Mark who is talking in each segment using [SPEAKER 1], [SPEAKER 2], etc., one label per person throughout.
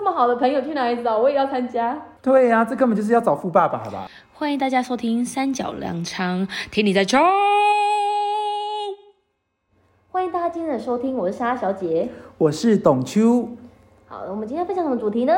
[SPEAKER 1] 么好的朋友去哪里找？我也要参加。
[SPEAKER 2] 对呀、这根本就是要找富爸爸，好吧？
[SPEAKER 3] 欢迎大家收听《三角粮仓》，听你在冲。
[SPEAKER 1] 欢迎大家今天的收听，我是莎小姐。
[SPEAKER 2] 我是董秋，
[SPEAKER 1] 好，我们今天分享什么主题呢？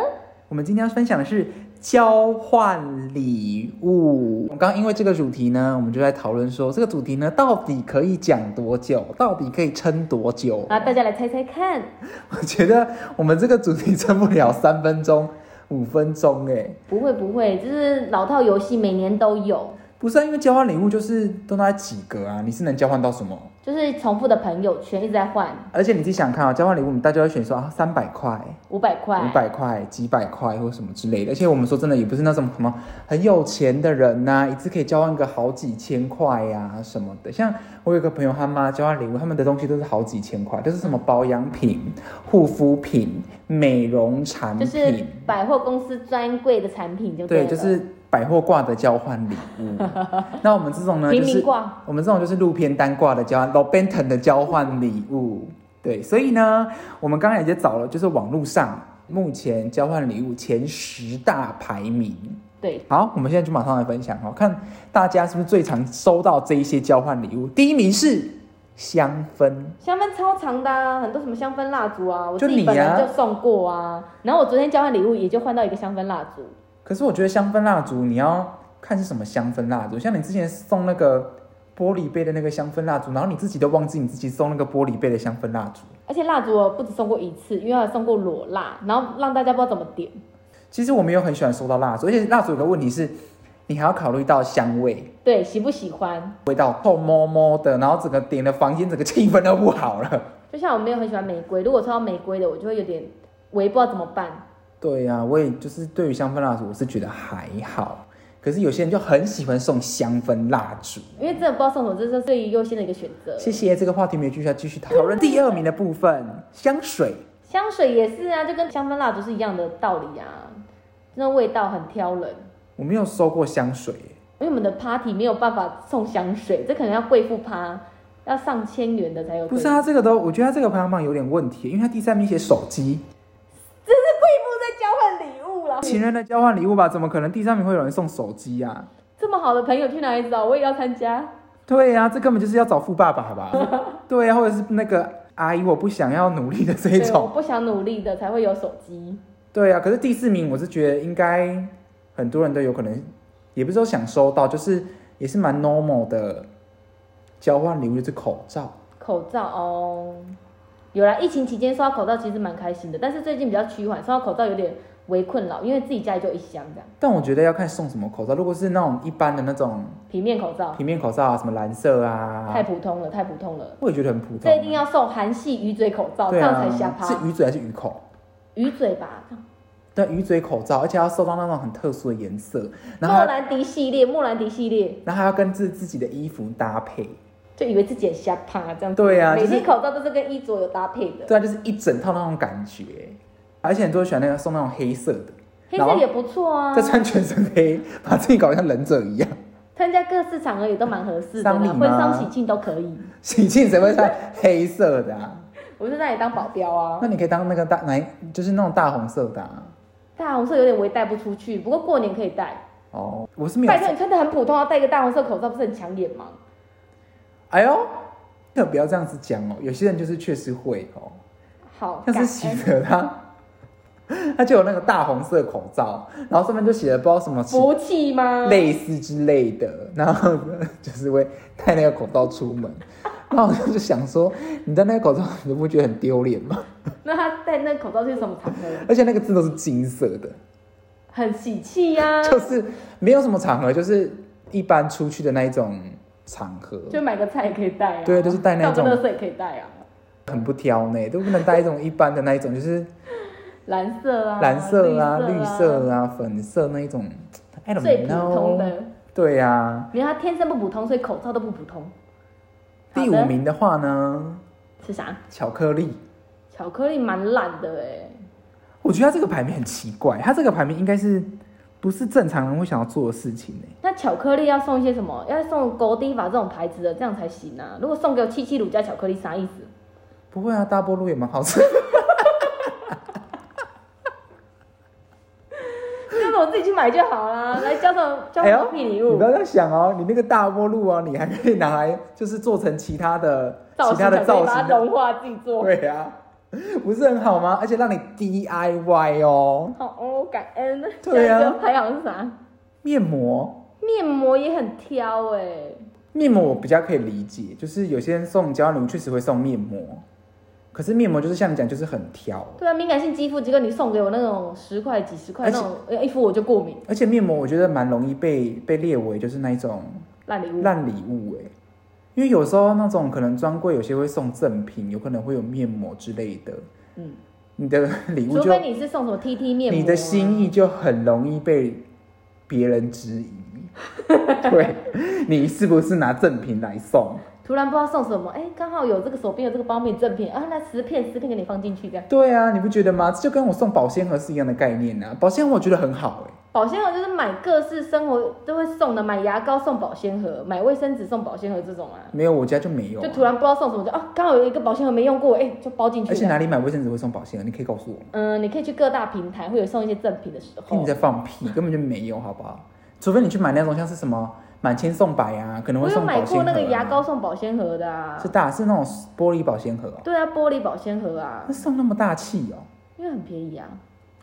[SPEAKER 2] 我们今天要分享的是交换礼物。我们刚刚因为这个主题呢，我们就在讨论说，这个主题呢到底可以讲多久，到底可以撑多久？
[SPEAKER 1] 啊，大家来猜猜看。
[SPEAKER 2] 我觉得我们这个主题撑不了三分钟、五分钟，哎，
[SPEAKER 1] 不会不会，就是老套游戏，每年都有，
[SPEAKER 2] 不是、啊、因为交换礼物就是都那几个啊，你是能交换到什么？
[SPEAKER 1] 就是重复的朋友圈一直在换，
[SPEAKER 2] 而且你自己想想看啊、交换礼物我们大家会选说啊，三百块、
[SPEAKER 1] 五百块，
[SPEAKER 2] 五百块、几百块或什么之类的。而且我们说真的，也不是那种什么很有钱的人呐、一次可以交换个好几千块呀、什么的。像我有个朋友他妈交换礼物，他们的东西都是好几千块，就是什么保养品、护肤品、美容产
[SPEAKER 1] 就
[SPEAKER 2] 品，
[SPEAKER 1] 是百货公司专柜的产品就
[SPEAKER 2] 对，
[SPEAKER 1] 了
[SPEAKER 2] 就是百货挂的交换礼 物。那我们这种呢，
[SPEAKER 1] 平
[SPEAKER 2] 就
[SPEAKER 1] 民
[SPEAKER 2] 是
[SPEAKER 1] 挂。
[SPEAKER 2] 我们这种就是路边单挂的交换 l o b e n t o n 的交换礼物。对，所以呢，我们刚才也找了，就是网络上目前交换礼物前十大排名。
[SPEAKER 1] 对，
[SPEAKER 2] 好，我们现在就马上来分享哦，看大家是不是最常收到这一些交换礼物。第一名是香氛，
[SPEAKER 1] 香氛超长的、啊，很多什么香氛蜡烛啊，我
[SPEAKER 2] 就
[SPEAKER 1] 自己
[SPEAKER 2] 你
[SPEAKER 1] 本人
[SPEAKER 2] 啊
[SPEAKER 1] 就送过啊。然后我昨天交换礼物也就换到一个香氛蜡烛，
[SPEAKER 2] 可是我觉得香氛蜡烛你要看是什么香氛蜡烛，像你之前送那个玻璃杯的那个香氛蜡烛，然后你自己都忘记你自己送那个玻璃杯的香氛蜡烛。
[SPEAKER 1] 而且蜡烛我不止送过一次，因为我还送过裸蜡，然后让大家不知道怎么点。
[SPEAKER 2] 其实我没有很喜欢收到蜡烛，而且蜡烛有个问题是，你还要考虑到香味，
[SPEAKER 1] 对，喜不喜欢？
[SPEAKER 2] 味道臭摸摸的，然后整个点的房间整个气氛都不好了。
[SPEAKER 1] 就像我没有很喜欢玫瑰，如果抽到玫瑰的，我就会有点，我也不知道怎么办。
[SPEAKER 2] 对呀、我也就是对于香氛蜡烛，我是觉得还好。可是有些人就很喜欢送香氛蜡烛。
[SPEAKER 1] 因为真的不知道送什么，这是最优先的一个选择。
[SPEAKER 2] 谢谢，这个话题没有继续继续讨论。第二名的部分，香水。
[SPEAKER 1] 香水也是啊，就跟香氛蜡烛是一样的道理啊，那味道很挑人。
[SPEAKER 2] 我没有收过香水耶，
[SPEAKER 1] 因为我们的 party 没有办法送香水，这可能要贵妇趴，要上千元的才有。
[SPEAKER 2] 不是，啊他这个都，我觉得他这个排行榜有点问题，因为他第三名写手机，
[SPEAKER 1] 这是贵妇在交换礼物啦。
[SPEAKER 2] 情人的交换礼物吧，怎么可能第三名会有人送手机啊呀、
[SPEAKER 1] 这么好的朋友去哪里找？我也要参加。
[SPEAKER 2] 对呀、这根本就是要找富爸 爸吧？对呀、或者是那个阿姨，我不想要努力的这一
[SPEAKER 1] 对我
[SPEAKER 2] 种。
[SPEAKER 1] 不想努力的才会有手机。
[SPEAKER 2] 对呀、可是第四名，我是觉得应该很多人都有可能，也不是说想收到，就是也是蛮 normal 的交换礼物，就是口罩。
[SPEAKER 1] 口罩哦，有啦，疫情期间收到口罩其实蛮开心的，但是最近比较趋缓，收到口罩有点为困扰，因为自己家里就一箱这样，
[SPEAKER 2] 但我觉得要看送什么口罩，如果是那种一般的那种
[SPEAKER 1] 平面口罩
[SPEAKER 2] 平面口罩啊，什么蓝色啊
[SPEAKER 1] 太，普通了，太普通了。
[SPEAKER 2] 我也觉得很普通。
[SPEAKER 1] 这一定要送韩系鱼嘴口罩，这
[SPEAKER 2] 对
[SPEAKER 1] 样
[SPEAKER 2] 啊
[SPEAKER 1] 才瞎，趴。
[SPEAKER 2] 是鱼嘴还是鱼口？
[SPEAKER 1] 鱼嘴吧，
[SPEAKER 2] 对，鱼嘴口罩，而且要收到那种很特殊的颜色，然后
[SPEAKER 1] 莫
[SPEAKER 2] 还
[SPEAKER 1] 兰迪系列，莫兰迪系列。
[SPEAKER 2] 然后还要跟自自己的衣服搭配。
[SPEAKER 1] 就以为自己很瞎趴这样子。
[SPEAKER 2] 对啊
[SPEAKER 1] 每
[SPEAKER 2] 就
[SPEAKER 1] 件
[SPEAKER 2] 是
[SPEAKER 1] 口罩都是跟衣着有搭配的，
[SPEAKER 2] 对啊，就是一整套那种感觉，而且很多人喜欢那个送那种黑色的，
[SPEAKER 1] 黑
[SPEAKER 2] 然
[SPEAKER 1] 色
[SPEAKER 2] 后
[SPEAKER 1] 也不错啊
[SPEAKER 2] 再。穿全身黑，把自己搞得像忍者一样。
[SPEAKER 1] 参加各式场合也都蛮合适的啦，
[SPEAKER 2] 丧礼吗
[SPEAKER 1] 婚丧喜庆都可以。
[SPEAKER 2] 喜庆谁会 穿黑色的啊？
[SPEAKER 1] 我就在你当保镖啊
[SPEAKER 2] 那。你可以当那个大哪一，就是那种大红色的、啊。
[SPEAKER 1] 大红色有点微带不出去，不过过年可以戴。
[SPEAKER 2] 哦，我是没有
[SPEAKER 1] 拜。托你穿的很普通，啊要戴一个大红色口罩，不是很抢眼吗？
[SPEAKER 2] 哎呦，可不要这样子讲哦，有些人就是确实会哦。
[SPEAKER 1] 好，哎
[SPEAKER 2] 像
[SPEAKER 1] 感
[SPEAKER 2] 是
[SPEAKER 1] 恩
[SPEAKER 2] 喜德他，他就有那个大红色口罩，然后上面就写了不知道什么喜
[SPEAKER 1] 福气吗？
[SPEAKER 2] 类似之类的，然后就是会戴那个口罩 出门。然后我就想说，你戴那个口罩，你都不觉得很丢脸吗？
[SPEAKER 1] 那他戴那个口罩是什么场合？
[SPEAKER 2] 而且那个字都是金色的，
[SPEAKER 1] 很喜气啊呀、
[SPEAKER 2] 就是没有什么场合，就是一般出去的那一种场合，
[SPEAKER 1] 就买个菜也可以戴啊。
[SPEAKER 2] 对就是戴那种
[SPEAKER 1] 倒个垃圾也可以戴啊。
[SPEAKER 2] 很不挑呢，都不能戴一种一般的那一种，就是
[SPEAKER 1] 蓝色啊，
[SPEAKER 2] 蓝色啊、
[SPEAKER 1] 绿
[SPEAKER 2] 绿色啊、粉色那一种。I don't
[SPEAKER 1] 最普通
[SPEAKER 2] know。
[SPEAKER 1] 的。
[SPEAKER 2] 对啊呀、
[SPEAKER 1] 因为他天生不普通，所以口罩都不普通。
[SPEAKER 2] 第
[SPEAKER 1] 好
[SPEAKER 2] 五
[SPEAKER 1] 的
[SPEAKER 2] 名的话呢，
[SPEAKER 1] 是啥？
[SPEAKER 2] 巧克力。
[SPEAKER 1] 巧克力蛮懒的哎、
[SPEAKER 2] 我觉得它这个排名很奇怪，它这个排名应该是不是正常人会想要做的事情呢、
[SPEAKER 1] 那巧克力要送一些什么？要送 g o d i v a 这种牌子的，这样才行啊。如果送给我七七乳加巧克力，啥意思？
[SPEAKER 2] 不会啊，大波露也蛮好吃。
[SPEAKER 1] 我自己去买就好啦，来交什么交
[SPEAKER 2] 哎
[SPEAKER 1] 什
[SPEAKER 2] 呦
[SPEAKER 1] 么屁礼
[SPEAKER 2] 你
[SPEAKER 1] 物
[SPEAKER 2] 不？要这样想哦，你那个大波路哦，你还可以拿来就是做成其他的
[SPEAKER 1] 造
[SPEAKER 2] 其
[SPEAKER 1] 型
[SPEAKER 2] 他的
[SPEAKER 1] 可不可
[SPEAKER 2] 造
[SPEAKER 1] 以把它
[SPEAKER 2] 型的，
[SPEAKER 1] 融化自己做，
[SPEAKER 2] 对啊，不是很好吗？而且让你 DIY 哦，
[SPEAKER 1] 好哦，感恩。
[SPEAKER 2] 对啊
[SPEAKER 1] 下一个排行是啥？
[SPEAKER 2] 面膜。
[SPEAKER 1] 面膜也很挑哎、
[SPEAKER 2] 面膜我比较可以理解，就是有些人送胶囊确实会送面膜，可是面膜就是像你讲，就是很挑，
[SPEAKER 1] 对啊，敏感性肌肤，结果你送给我那种十块几十块
[SPEAKER 2] 而且
[SPEAKER 1] 那种呃一敷我就过敏，
[SPEAKER 2] 而且面膜我觉得蛮容易被被列为就是那一种
[SPEAKER 1] 烂礼物。
[SPEAKER 2] 烂礼物哎、因为有时候那种可能专柜有些会送赠品，有可能会有面膜之类的，
[SPEAKER 1] 嗯，
[SPEAKER 2] 你的礼物
[SPEAKER 1] 除
[SPEAKER 2] 就
[SPEAKER 1] 非你是送什么 TT 面膜啊、
[SPEAKER 2] 你的心意就很容易被别人 质疑。对，你是不是拿赠品来送？
[SPEAKER 1] 突然不知道送什么，哎，刚好有这个手边有这个包面赠品啊，那十片十片给你放进去这样。
[SPEAKER 2] 对啊，你不觉得吗？这就跟我送保鲜盒是一样的概念啊。保鲜盒我觉得很好哎、
[SPEAKER 1] 保鲜盒就是买各式生活都会送的，买牙膏送保鲜盒，买卫生纸送保鲜盒这种啊，
[SPEAKER 2] 没有我家就没有、
[SPEAKER 1] 就
[SPEAKER 2] 啊。
[SPEAKER 1] 突然不知道送什么，就啊刚好有一个保鲜盒没用过，哎，就包进去
[SPEAKER 2] 而且
[SPEAKER 1] 了。
[SPEAKER 2] 哪里买卫生纸会送保鲜盒？你可以告诉我吗？
[SPEAKER 1] 嗯，你可以去各大平台会有送一些赠品的时
[SPEAKER 2] 听
[SPEAKER 1] 候
[SPEAKER 2] 你，在放
[SPEAKER 1] 哦
[SPEAKER 2] 屁，根本就没有，好不好？除非你去买那种像是什么满千送百啊，可能会
[SPEAKER 1] 我有
[SPEAKER 2] 送
[SPEAKER 1] 买
[SPEAKER 2] 保
[SPEAKER 1] 过
[SPEAKER 2] 鲜盒、
[SPEAKER 1] 那
[SPEAKER 2] 啊。
[SPEAKER 1] 个牙膏送保鲜盒的啊
[SPEAKER 2] 是，大是那种玻璃保鲜盒哦，
[SPEAKER 1] 对啊，玻璃保鲜盒啊
[SPEAKER 2] 那，送那么大气哦。
[SPEAKER 1] 因为很便宜啊，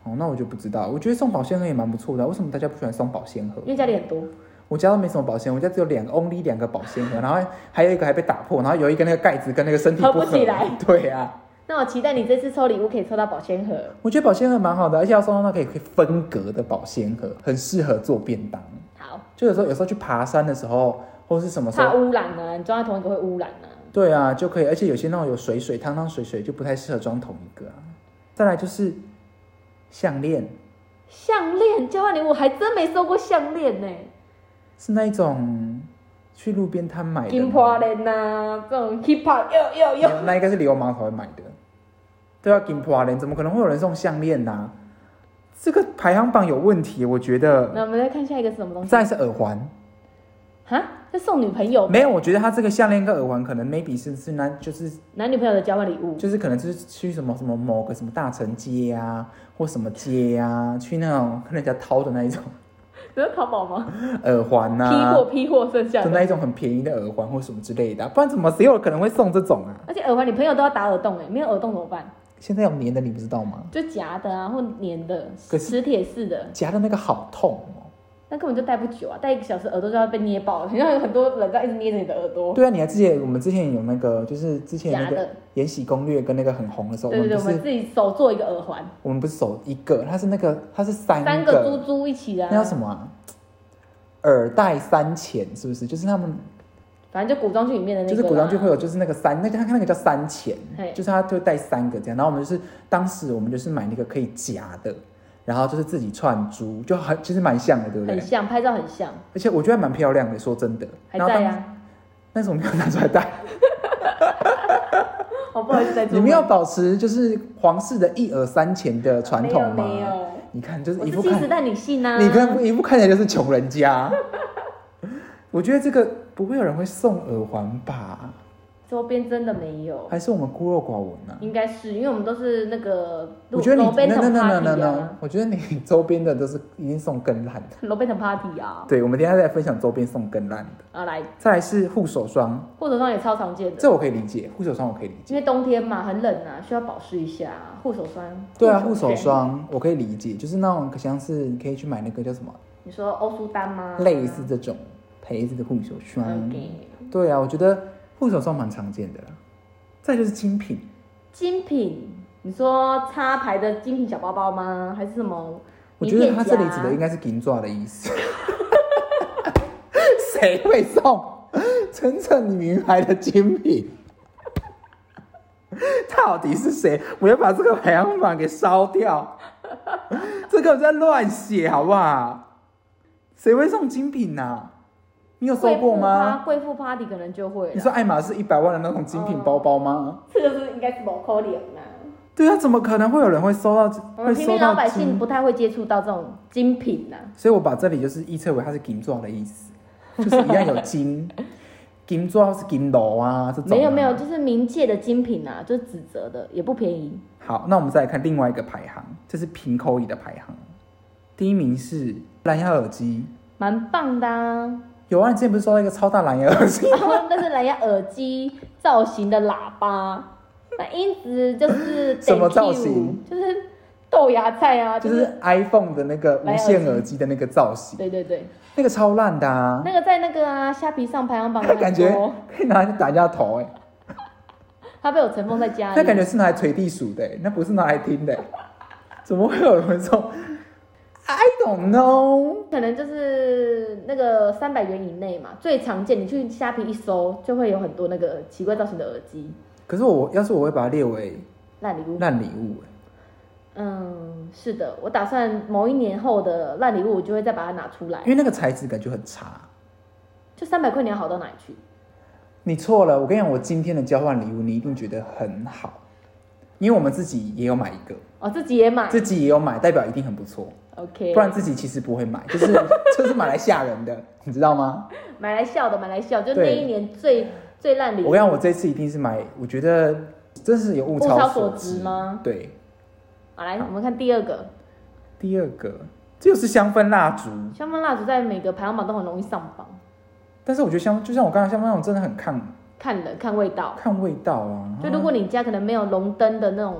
[SPEAKER 2] 哦，那我就不知道。我觉得送保鲜盒也蛮不错的啊，为什么大家不喜欢送保鲜盒
[SPEAKER 1] 因？为家里很多。
[SPEAKER 2] 我家都没什么保鲜，我家只有两个 only 两个保鲜盒，然后还有一个还被打破，然后有一个那个盖子跟那个身体
[SPEAKER 1] 合
[SPEAKER 2] 不
[SPEAKER 1] 不起来。
[SPEAKER 2] 对啊，
[SPEAKER 1] 那我期待你这次抽礼物可以抽到保鲜盒。
[SPEAKER 2] 我觉得保鲜盒蛮好的，而且要送到那可以可以分隔的保鲜盒，很适合做便当。
[SPEAKER 1] 好，
[SPEAKER 2] 就有时候有时候去爬山的时候，或是什么时
[SPEAKER 1] 怕
[SPEAKER 2] 候，
[SPEAKER 1] 污染啊，你装在同一个会污染啊。
[SPEAKER 2] 对啊就可以。而且有些那种有水水汤汤水水就不太适合装同一个啊。再来就是项链，
[SPEAKER 1] 项链交换礼物，我还真没收过项链呢、
[SPEAKER 2] 是那一种去路边摊买的吗，哦
[SPEAKER 1] 金花链呐、这种 hip hop 又又又，
[SPEAKER 2] 那应该是流氓才会买的。对啊，金破人怎么可能会有人送项链呢、这个排行榜有问题，我觉得。
[SPEAKER 1] 那我们再看下一个是什么东西？
[SPEAKER 2] 再来是耳环，
[SPEAKER 1] 哈，这送女朋友、
[SPEAKER 2] 没有，我觉得他这个项链跟耳环可能 maybe 是是那就是
[SPEAKER 1] 男女朋友的交换礼物，
[SPEAKER 2] 就是可能就是去什么什么某个什么大城街啊，或什么街啊，去那种跟人家掏的那一种
[SPEAKER 1] 不是淘宝吗？
[SPEAKER 2] 耳环
[SPEAKER 1] 批
[SPEAKER 2] 呐、
[SPEAKER 1] 货批货剩下
[SPEAKER 2] 就
[SPEAKER 1] 的，
[SPEAKER 2] 那一种很便宜的耳环或什么之类的啊、不然怎么谁有可能会送这种啊？
[SPEAKER 1] 而且耳环，你朋友都要打耳洞哎、没有耳洞怎么办？
[SPEAKER 2] 现在有粘的你不知道吗？
[SPEAKER 1] 就夹的啊，或粘的，
[SPEAKER 2] 可是
[SPEAKER 1] 磁铁式的，
[SPEAKER 2] 夹的那个好痛哦。
[SPEAKER 1] 那根本就戴不久啊，戴一个小时耳朵就要被捏爆了，像有很多人在一直捏着你的耳朵。
[SPEAKER 2] 对啊，你还之前我们之前有那个，就是之前那
[SPEAKER 1] 假
[SPEAKER 2] 个
[SPEAKER 1] 的
[SPEAKER 2] 《延禧攻略》跟那个很红的时候，
[SPEAKER 1] 对对对，
[SPEAKER 2] 我
[SPEAKER 1] 我
[SPEAKER 2] 们
[SPEAKER 1] 们
[SPEAKER 2] 不是
[SPEAKER 1] 自己手做一个耳环，
[SPEAKER 2] 我们不是手一个，它是那个它是三
[SPEAKER 1] 三个珠珠一起的、
[SPEAKER 2] 那叫
[SPEAKER 1] 啊，
[SPEAKER 2] 什么啊？耳带三钱是不是？就是他们
[SPEAKER 1] 反正就古装剧里面的那个、
[SPEAKER 2] 就是古装剧会，有就是那个三，那个他那个叫三钱
[SPEAKER 1] 嘿，
[SPEAKER 2] 就是他就带三个这样。然后我们就是当时我们就是买那个可以夹的，然后就是自己串珠，就很其实蛮像的，对不
[SPEAKER 1] 很
[SPEAKER 2] 对？
[SPEAKER 1] 像，拍照很像，
[SPEAKER 2] 而且我觉得还蛮漂亮的，说真的。
[SPEAKER 1] 还
[SPEAKER 2] 然后当
[SPEAKER 1] 在啊。
[SPEAKER 2] 但是我没有拿出来戴。
[SPEAKER 1] 哦，不好意思，在
[SPEAKER 2] 你们要保持就是皇室的一耳三钱的传统吗？
[SPEAKER 1] 没有，没有
[SPEAKER 2] 你看，就是
[SPEAKER 1] 我
[SPEAKER 2] 一
[SPEAKER 1] 是
[SPEAKER 2] 副
[SPEAKER 1] 新
[SPEAKER 2] 看
[SPEAKER 1] 时，代女性啊。
[SPEAKER 2] 你看一副看起来就是穷人家。 我觉得这个不会有人会送耳环吧？
[SPEAKER 1] 周边真的没有，
[SPEAKER 2] 还是我们孤陋寡闻啊？
[SPEAKER 1] 应该是因为我们都是那个
[SPEAKER 2] 我觉得你
[SPEAKER 1] 楼边
[SPEAKER 2] 那那
[SPEAKER 1] 等
[SPEAKER 2] 那那那
[SPEAKER 1] party
[SPEAKER 2] 那
[SPEAKER 1] 啊，，
[SPEAKER 2] 我觉得你周边的都是一定送更烂的。
[SPEAKER 1] 楼边等 party 啊，
[SPEAKER 2] 对，我们等一下再分享周边送更烂的。
[SPEAKER 1] 啊来，
[SPEAKER 2] 再来是护手霜，
[SPEAKER 1] 护手霜也超常见的，
[SPEAKER 2] 这我可以理解，护手霜我可以理解。
[SPEAKER 1] 因为冬天嘛很冷啊，需要保湿一下，护手霜。
[SPEAKER 2] 对啊，护手
[SPEAKER 1] 霜。
[SPEAKER 2] 霜我可以理解，就是那种像是你可以去买那个叫什么
[SPEAKER 1] 你说欧舒丹吗？
[SPEAKER 2] 类似这种培子的护手霜。
[SPEAKER 1] OK，
[SPEAKER 2] 对啊，我觉得护手霜蛮常见的啦。再就是精品，
[SPEAKER 1] 精品，你说插牌的精品小包包吗？还是什么？
[SPEAKER 2] 我觉得他这里
[SPEAKER 1] 名
[SPEAKER 2] 指
[SPEAKER 1] 片
[SPEAKER 2] 的应
[SPEAKER 1] 夹
[SPEAKER 2] 该是银抓的意思。 谁会送陈晨名牌的精品？到底是谁？我要把这个排行榜给烧掉。这个我在乱写，好不好？谁会送精品呐、你有收
[SPEAKER 1] 贵
[SPEAKER 2] 过
[SPEAKER 1] 妇
[SPEAKER 2] 吗？
[SPEAKER 1] 趴？贵妇 party 可能就会
[SPEAKER 2] 你
[SPEAKER 1] 了。
[SPEAKER 2] 说爱马仕一百万的那种精
[SPEAKER 1] 哦
[SPEAKER 2] 品包包吗？
[SPEAKER 1] 这个是应该是某扣脸啦。
[SPEAKER 2] 对啊，怎么可能会有人会收到？
[SPEAKER 1] 我
[SPEAKER 2] 会
[SPEAKER 1] 们平
[SPEAKER 2] 收
[SPEAKER 1] 民
[SPEAKER 2] 到
[SPEAKER 1] 老百姓
[SPEAKER 2] 金？
[SPEAKER 1] 不太会接触到这种精品啊呐、
[SPEAKER 2] 所以我把这里就是臆测为它是金钻的意思，就是一样有 金，金钻或是金楼啊这种、
[SPEAKER 1] 没有没有，。就是冥界的精品呐、就是指责的，也不便宜。
[SPEAKER 2] 好，那我们再来看另外一个排行，这是平口里的排行。第一名是蓝牙耳机。
[SPEAKER 1] 蛮棒的、啊。
[SPEAKER 2] 有啊，你之前不是收到一个超大蓝牙耳机？
[SPEAKER 1] 那是蓝牙耳机造型的喇叭，那音质就是
[SPEAKER 2] 什么
[SPEAKER 1] thank
[SPEAKER 2] 造型
[SPEAKER 1] you，就是豆芽菜啊，
[SPEAKER 2] 就
[SPEAKER 1] 就是
[SPEAKER 2] 是 iPhone 的那个无线耳机的那个造型，
[SPEAKER 1] 对对对，
[SPEAKER 2] 那个超烂的啊，
[SPEAKER 1] 那个在那个啊虾皮上排行榜
[SPEAKER 2] 那感觉
[SPEAKER 1] 很多
[SPEAKER 2] 可以拿来打人家头哎、
[SPEAKER 1] 它被我尘封在家里，
[SPEAKER 2] 那感觉是拿来捶地鼠的、欸，那不是拿来听的、欸。怎么会有人说？I don't know。
[SPEAKER 1] 可能就是那个三百元以内嘛，最常见，你去虾皮一搜就会有很多那个奇怪造型的耳机
[SPEAKER 2] 可是我要是我会把它列为
[SPEAKER 1] 烂礼物。
[SPEAKER 2] 烂礼物、欸，
[SPEAKER 1] 嗯，是的，我打算某一年后的烂礼物，我就会再把它拿出来
[SPEAKER 2] 因。为那个材质感觉很差。
[SPEAKER 1] 就三百块，你要好到哪里去？
[SPEAKER 2] 你错了，我跟你讲，我今天的交换礼物你一定觉得很好，因为我们自己也有买一个，
[SPEAKER 1] 哦，自己也买
[SPEAKER 2] 自己也有买，代表一定很不错。
[SPEAKER 1] ，OK，
[SPEAKER 2] 不然自己其实不 会买，就是就是买来吓人的，你知道吗？
[SPEAKER 1] 买来笑的，买来笑，就
[SPEAKER 2] 对
[SPEAKER 1] 那一年最最烂礼物。
[SPEAKER 2] 我跟你讲，我这次一定是买，我觉得真是有物
[SPEAKER 1] 物超
[SPEAKER 2] 所
[SPEAKER 1] 所值吗
[SPEAKER 2] 对，
[SPEAKER 1] 好来，我们看第二个，
[SPEAKER 2] 第二个就是香氛蜡烛，
[SPEAKER 1] 香氛蜡烛在每个排行榜都很容易上榜，
[SPEAKER 2] 但是我觉得香，就像我刚才香氛那种，真的很看
[SPEAKER 1] 看人看味道。
[SPEAKER 2] 看味道啊。
[SPEAKER 1] 就如果你家可能没有龙灯的那种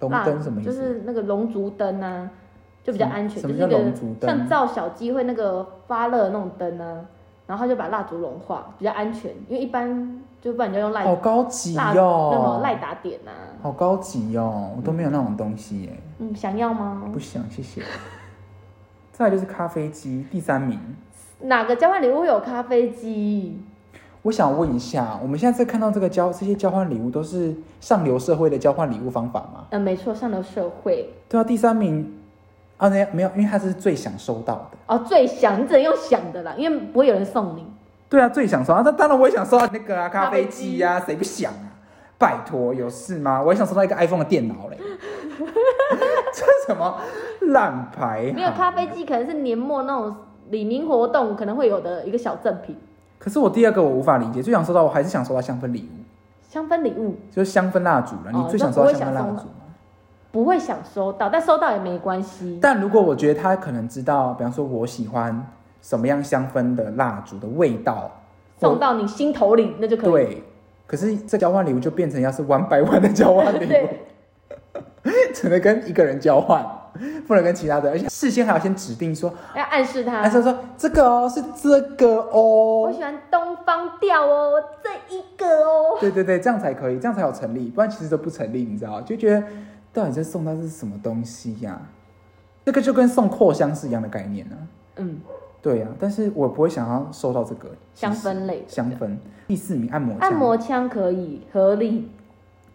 [SPEAKER 2] 龙
[SPEAKER 1] 蜡
[SPEAKER 2] 灯什么意思？
[SPEAKER 1] 就是那个龙族灯啊，就比较安全，
[SPEAKER 2] 什
[SPEAKER 1] 就
[SPEAKER 2] 么
[SPEAKER 1] 是
[SPEAKER 2] 什
[SPEAKER 1] 那
[SPEAKER 2] 么叫龙族
[SPEAKER 1] 个
[SPEAKER 2] 灯
[SPEAKER 1] 像照小鸡会那个发热的那种灯啊，然后它就把蜡烛融化，比较安全，因为一般就不然你就用赖
[SPEAKER 2] 好高级
[SPEAKER 1] 蜡那种
[SPEAKER 2] 哦，
[SPEAKER 1] 赖打点啊，
[SPEAKER 2] 好高级哦，我都没有那种东西耶，
[SPEAKER 1] 嗯，想要吗
[SPEAKER 2] 不？想谢谢。再来就是咖啡机，第三名。
[SPEAKER 1] 哪个交换礼物会有咖啡机？
[SPEAKER 2] 我想问一下，我们现在在看到这个交这些交换礼物都是上流社会的交换礼物方法吗？
[SPEAKER 1] 嗯，没错，上流社会
[SPEAKER 2] 对啊，第三名啊，没有没有，因为他是最想收到的。
[SPEAKER 1] 哦，最想你只能用想的啦，因为不会有人送你。
[SPEAKER 2] 对啊，最想收啊，那当然我也想收到那个啊，咖啡机呀、谁不想啊？拜托，有事吗？我也想收到一个 iPhone 的电脑嘞。 这什么烂牌、啊？
[SPEAKER 1] 没有咖啡机，可能是年末那种李明活动可能会有的一个小赠品，
[SPEAKER 2] 可是我第二个我无法理解，最想收到我还是想收到香氛礼物，
[SPEAKER 1] 香氛礼物。
[SPEAKER 2] 就是香氛蜡烛了。
[SPEAKER 1] 哦
[SPEAKER 2] 你最想收到香氛蜡
[SPEAKER 1] 那不会想
[SPEAKER 2] 烛
[SPEAKER 1] 收
[SPEAKER 2] 吗？
[SPEAKER 1] 不会想收到，但收到也没关系。
[SPEAKER 2] 但如果我觉得他可能知道，比方说我喜欢什么样香氛的蜡烛的味道，
[SPEAKER 1] 送到你心头里，那就可以。
[SPEAKER 2] 对，可是这交换礼物就变成要是 one by one 的交换礼物， 只能跟一个人交换，不能跟其他的，而且事先还要先指定说，
[SPEAKER 1] 要暗示他
[SPEAKER 2] 还。是说这个哦是这个
[SPEAKER 1] 我
[SPEAKER 2] 哦，
[SPEAKER 1] 喜欢东方调哦，这一个哦。
[SPEAKER 2] 对对对，这样才可以，这样才有成立，不然其实都不成立，你知道？就觉得到底在送他是什么东西呀、这个就跟送扩香是一样的概念呢、啊
[SPEAKER 1] 嗯，
[SPEAKER 2] 对呀、但是我不会想要收到这个其
[SPEAKER 1] 香
[SPEAKER 2] 实
[SPEAKER 1] 氛类的
[SPEAKER 2] 香氛。第四名按摩
[SPEAKER 1] 按
[SPEAKER 2] 枪
[SPEAKER 1] 摩枪可以，合理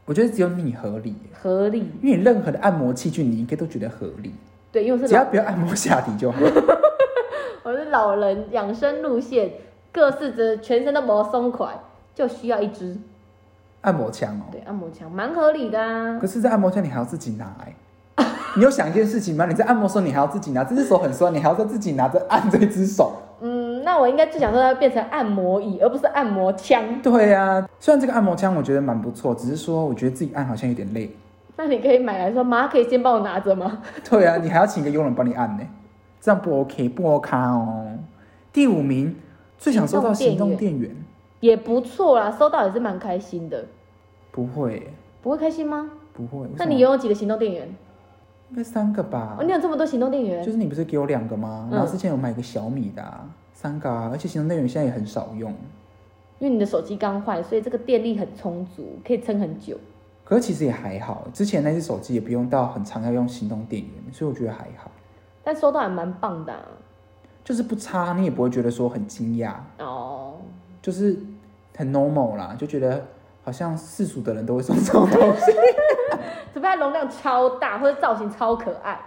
[SPEAKER 2] 我觉得只有你合理耶，
[SPEAKER 1] 合理。
[SPEAKER 2] 因为你任何的按摩器具你应该都觉得合理，
[SPEAKER 1] 对，因为我
[SPEAKER 2] 只
[SPEAKER 1] 是
[SPEAKER 2] 要
[SPEAKER 1] 老
[SPEAKER 2] 不要按摩下体就好。
[SPEAKER 1] 我是老人养生路线，各式的全身都没松快，就需要一支。
[SPEAKER 2] 按摩枪哦、
[SPEAKER 1] 对，按摩枪蛮合理的啊
[SPEAKER 2] 可。是，在按摩枪你还要自己拿哎、你有想一件事情吗？你在按摩的时候你还要自己拿，这只手很酸，你还要再自己拿着按这只手。
[SPEAKER 1] 嗯，那我应该最想说它变成按摩椅，而不是按摩枪。
[SPEAKER 2] 对呀、虽然这个按摩枪我觉得蛮不错，只是说我觉得自己按好像有点累。
[SPEAKER 1] 那你可以买来说，妈可以先帮我拿着吗？
[SPEAKER 2] 对啊，你还要请一个佣人帮你按呢、这样不 OK 不 OK 哦。第五名最想收到行动电源，
[SPEAKER 1] 也不错啦，收到也是蛮开心的。
[SPEAKER 2] 不会
[SPEAKER 1] 不会开心吗？
[SPEAKER 2] 不会。啊
[SPEAKER 1] 那你
[SPEAKER 2] 为什么
[SPEAKER 1] 拥有几个行动电源？
[SPEAKER 2] 应该三个吧
[SPEAKER 1] 哦，？你有这么多行动电源
[SPEAKER 2] 啊就？是你不是给我两个吗？
[SPEAKER 1] 嗯
[SPEAKER 2] 然后之前有买一个小米的、啊，三个啊，而且行动电源现在也很少用。
[SPEAKER 1] 因为你的手机刚坏，所以这个电力很充足，可以撑很久。
[SPEAKER 2] 可是其实也还好，之前那只手机也不用到很常要用行动电源，所以我觉得还好，
[SPEAKER 1] 但收到也蛮棒的、啊、
[SPEAKER 2] 就是不差，你也不会觉得说很惊讶，
[SPEAKER 1] 哦。
[SPEAKER 2] 就是很 normal 啦，就觉得好像世俗的人都会送这种东西。
[SPEAKER 1] 除非它容量超大，或者造型超可爱。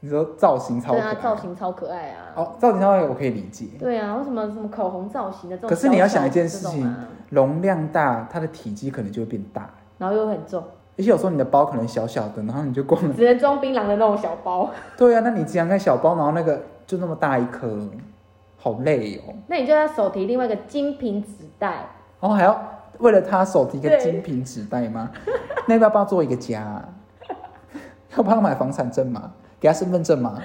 [SPEAKER 2] 你说造型超
[SPEAKER 1] 对
[SPEAKER 2] 可爱
[SPEAKER 1] 啊，造型超可爱啊。
[SPEAKER 2] 哦，造型超可爱我可以理解。
[SPEAKER 1] 对啊，为什么什么口红造型的这种、
[SPEAKER 2] 可是你要想一件事
[SPEAKER 1] 这
[SPEAKER 2] 情
[SPEAKER 1] 种啊、，
[SPEAKER 2] 容量大，它的体积可能就会变大，
[SPEAKER 1] 然后又很重，
[SPEAKER 2] 而且有时候你的包可能小小的，然后你就逛了。
[SPEAKER 1] 只能装槟榔的那种小包。
[SPEAKER 2] 对啊，那你既然看小包，然后那个就那么大一颗，好累哦。
[SPEAKER 1] 那你就要手提另外一个精品纸袋，
[SPEAKER 2] 然后还要为了他手提一个
[SPEAKER 1] 对
[SPEAKER 2] 精品纸袋吗？那要不要帮他做一个家啊？要帮他买房产证吗？给他身份证嘛。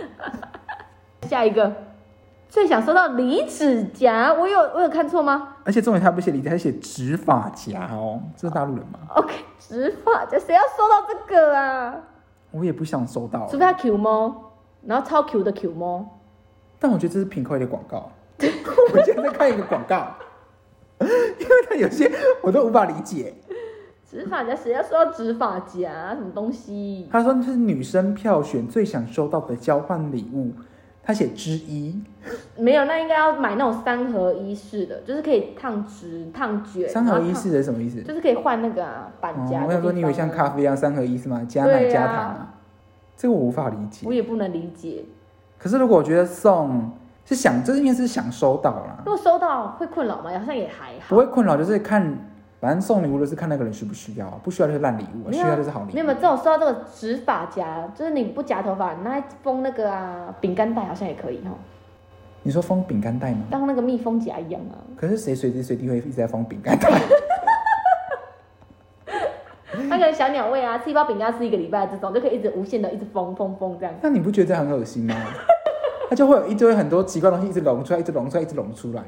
[SPEAKER 1] 下一个，最想收到离指甲，我有我有看错吗
[SPEAKER 2] 而且重点他不写理解，他写指法夹哦，这是大陆人吗？
[SPEAKER 1] ？OK，指法夹谁要收到这个啊？
[SPEAKER 2] 我也不想收到
[SPEAKER 1] 除，非他 Q 猫，然后超 Q 的 Q 猫，
[SPEAKER 2] 但我觉得这是品口的广告。 我现在在看一个广告， 因为他有些我都无法理解。
[SPEAKER 1] 指法夹谁要收到指法夹？什么东西？
[SPEAKER 2] 他说这是女生票选最想收到的交换礼物，他写之一，
[SPEAKER 1] 没有，那应该要买那种三合一式的，就是可以烫直、烫卷。
[SPEAKER 2] 三合
[SPEAKER 1] 然
[SPEAKER 2] 一
[SPEAKER 1] 后烫
[SPEAKER 2] 式的是什么意思？
[SPEAKER 1] 就是可以换那个啊板
[SPEAKER 2] 哦
[SPEAKER 1] 夹、，
[SPEAKER 2] 我想说你以为像咖？啡一样三合一是吗？加奶
[SPEAKER 1] 对
[SPEAKER 2] 加
[SPEAKER 1] 啊
[SPEAKER 2] 糖啊，这个我无法理解
[SPEAKER 1] 我。也不能理解，
[SPEAKER 2] 可是如果我觉得送是想，这应该是想收到啦
[SPEAKER 1] 如，果收到会困扰吗？好像也还好。
[SPEAKER 2] 不会困扰，就是看，反正送礼物就是看那个人需不需要，不需要就是烂礼物，
[SPEAKER 1] 没
[SPEAKER 2] 需
[SPEAKER 1] 有啊
[SPEAKER 2] 要就是好礼物。
[SPEAKER 1] 没有没有，这种收到这个直发夹，就是你不夹头发，你拿来封那个啊饼干袋好像也可以哈，
[SPEAKER 2] 你说封饼干袋吗？
[SPEAKER 1] 当那个密封夹一样 啊。
[SPEAKER 2] 可是谁随时随地会一直在封饼干袋？
[SPEAKER 1] 那个小鸟胃啊，吃一包饼干吃一个礼拜这种，就可以一直无限的一直封封封这样。
[SPEAKER 2] 那你不觉得这很恶心吗？ 它就会有一堆很多奇怪的东西一直拢出来，一直拢出来，一直拢出来。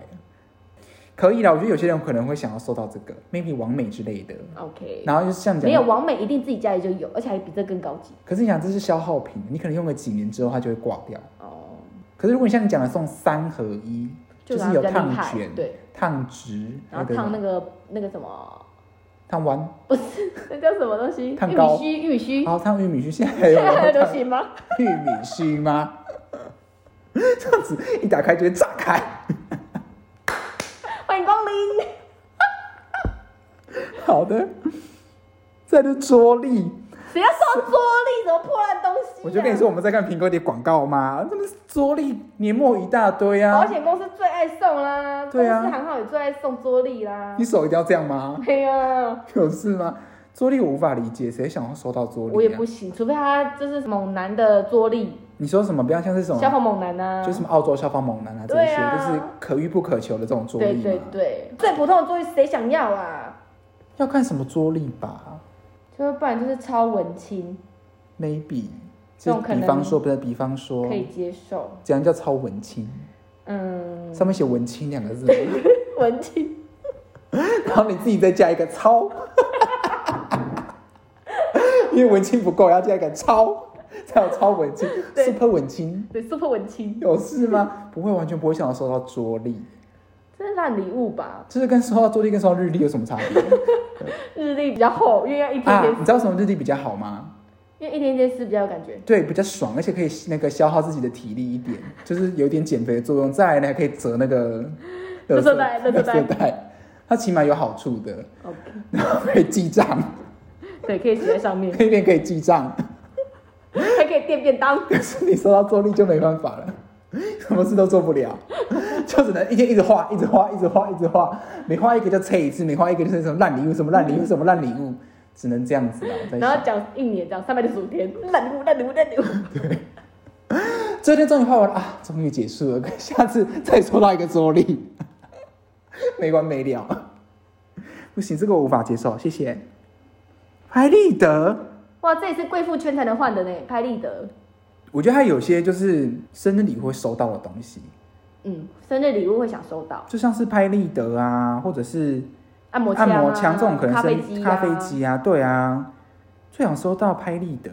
[SPEAKER 2] 可以啦，我觉得有些人可能会想要收到这个，maybe 完美之类的。
[SPEAKER 1] OK，
[SPEAKER 2] 然后就是像你讲的
[SPEAKER 1] 没有完美一定自己家里就有，而且还比这更高级
[SPEAKER 2] 可是你想，这是消耗品，你可能用个几年之后它就会挂掉。
[SPEAKER 1] 哦，
[SPEAKER 2] 可是如果你像你讲的送三合一，就
[SPEAKER 1] 拿
[SPEAKER 2] 是
[SPEAKER 1] 比
[SPEAKER 2] 有
[SPEAKER 1] 较厉
[SPEAKER 2] 烫
[SPEAKER 1] 害
[SPEAKER 2] 卷、
[SPEAKER 1] 对，
[SPEAKER 2] 烫直，
[SPEAKER 1] 然后
[SPEAKER 2] 还有
[SPEAKER 1] 烫
[SPEAKER 2] 什
[SPEAKER 1] 那
[SPEAKER 2] 么
[SPEAKER 1] 个那个什么，
[SPEAKER 2] 烫弯，
[SPEAKER 1] 那叫什么东西？
[SPEAKER 2] 烫
[SPEAKER 1] 玉
[SPEAKER 2] 糕
[SPEAKER 1] 米须，玉米须，
[SPEAKER 2] 然后烫 玉米 须，哎
[SPEAKER 1] 现
[SPEAKER 2] 现在还有
[SPEAKER 1] 在还
[SPEAKER 2] 人
[SPEAKER 1] 流
[SPEAKER 2] 烫
[SPEAKER 1] 行吗？
[SPEAKER 2] 玉米须吗？这样子一打开就会炸开，
[SPEAKER 1] 欢迎光临。
[SPEAKER 2] 好的。再就是桌历，
[SPEAKER 1] 谁要收桌历？什么破烂东西、啊？
[SPEAKER 2] 我就跟你说，我们在看苹果的广告嘛，这么桌历年末一大堆啊
[SPEAKER 1] 保，险公司最爱送啦，
[SPEAKER 2] 对啊
[SPEAKER 1] 公司行号也最爱送桌历啦
[SPEAKER 2] 你。手一定要这样吗？
[SPEAKER 1] 对啊，
[SPEAKER 2] 有事吗？桌历我无法理解，谁想要收到桌历、啊？
[SPEAKER 1] 我也不行，除非他就是猛男的桌历，
[SPEAKER 2] 你说什么？不要像是什么
[SPEAKER 1] 消防猛男啊，
[SPEAKER 2] 就什么澳洲消防猛男啊，这
[SPEAKER 1] 对
[SPEAKER 2] 些、
[SPEAKER 1] 啊
[SPEAKER 2] 就是可遇不可求的这种桌历
[SPEAKER 1] 对
[SPEAKER 2] 嘛。
[SPEAKER 1] 对对，最普通的桌历谁想要啊？
[SPEAKER 2] 要看什么桌历吧
[SPEAKER 1] 就是不然就是超文青
[SPEAKER 2] ，maybe
[SPEAKER 1] 这
[SPEAKER 2] 就
[SPEAKER 1] 种
[SPEAKER 2] 是
[SPEAKER 1] 可
[SPEAKER 2] 比
[SPEAKER 1] 能
[SPEAKER 2] 方说，不是比方说
[SPEAKER 1] 可，以接受，
[SPEAKER 2] 怎样叫超文青？
[SPEAKER 1] 嗯，
[SPEAKER 2] 上面写文青两个字，
[SPEAKER 1] 文青
[SPEAKER 2] 然后你自己再加一个超， 因为文青不够，要加一个超，才有超文青
[SPEAKER 1] 对
[SPEAKER 2] ，super 文青。
[SPEAKER 1] 对 super 文青，
[SPEAKER 2] 有事吗？不会，完全不会想要收到桌历，
[SPEAKER 1] 这是烂礼物吧？
[SPEAKER 2] 就是跟收到桌历跟收到日历有什 么差别
[SPEAKER 1] 日历比较厚，因为要一天
[SPEAKER 2] 啊
[SPEAKER 1] 天，？
[SPEAKER 2] 你知道什么日历比较好吗？
[SPEAKER 1] 因为一天天撕比较有感觉。
[SPEAKER 2] 对，比较爽，而且可以那个消耗自己的体力一点，就是有点减肥的作用。再来呢，还可以折那个
[SPEAKER 1] 垃圾
[SPEAKER 2] 色
[SPEAKER 1] 袋
[SPEAKER 2] 色
[SPEAKER 1] 垃圾袋
[SPEAKER 2] 袋，它起码有好处的，
[SPEAKER 1] OK，
[SPEAKER 2] 然后可以记账，
[SPEAKER 1] 对，可以写在上面，
[SPEAKER 2] 那边可以记账。
[SPEAKER 1] 还可以垫便当。
[SPEAKER 2] 可是 你收到坐力就没办法了，什么事都做不了，就只能一天一直画，一直画，一直画，一直画，每画一个就拆一次，每画一个就是什么烂礼物，什么烂礼物，什么烂礼物，只能这样子了。我在
[SPEAKER 1] 然后
[SPEAKER 2] 想
[SPEAKER 1] 讲一年，讲三百六十五天，烂礼物，烂礼物，烂礼物。
[SPEAKER 2] 这天终于画完了啊，终于结束了， 可下次再收到一个桌历， 没完没了。不行，这个我无法接受，谢谢。拍立得，
[SPEAKER 1] 哇，这也是贵妇圈才能换的呢，拍立得。
[SPEAKER 2] 我觉得它有些就是生日礼会收到的东西，
[SPEAKER 1] 嗯，生日礼物会想收到
[SPEAKER 2] 就像是拍立得啊，或者是
[SPEAKER 1] 按摩
[SPEAKER 2] 按
[SPEAKER 1] 啊
[SPEAKER 2] 摩枪这种，可能
[SPEAKER 1] 咖啡
[SPEAKER 2] 是
[SPEAKER 1] 机、
[SPEAKER 2] 咖啡。机啊，对啊，最想收到拍立得，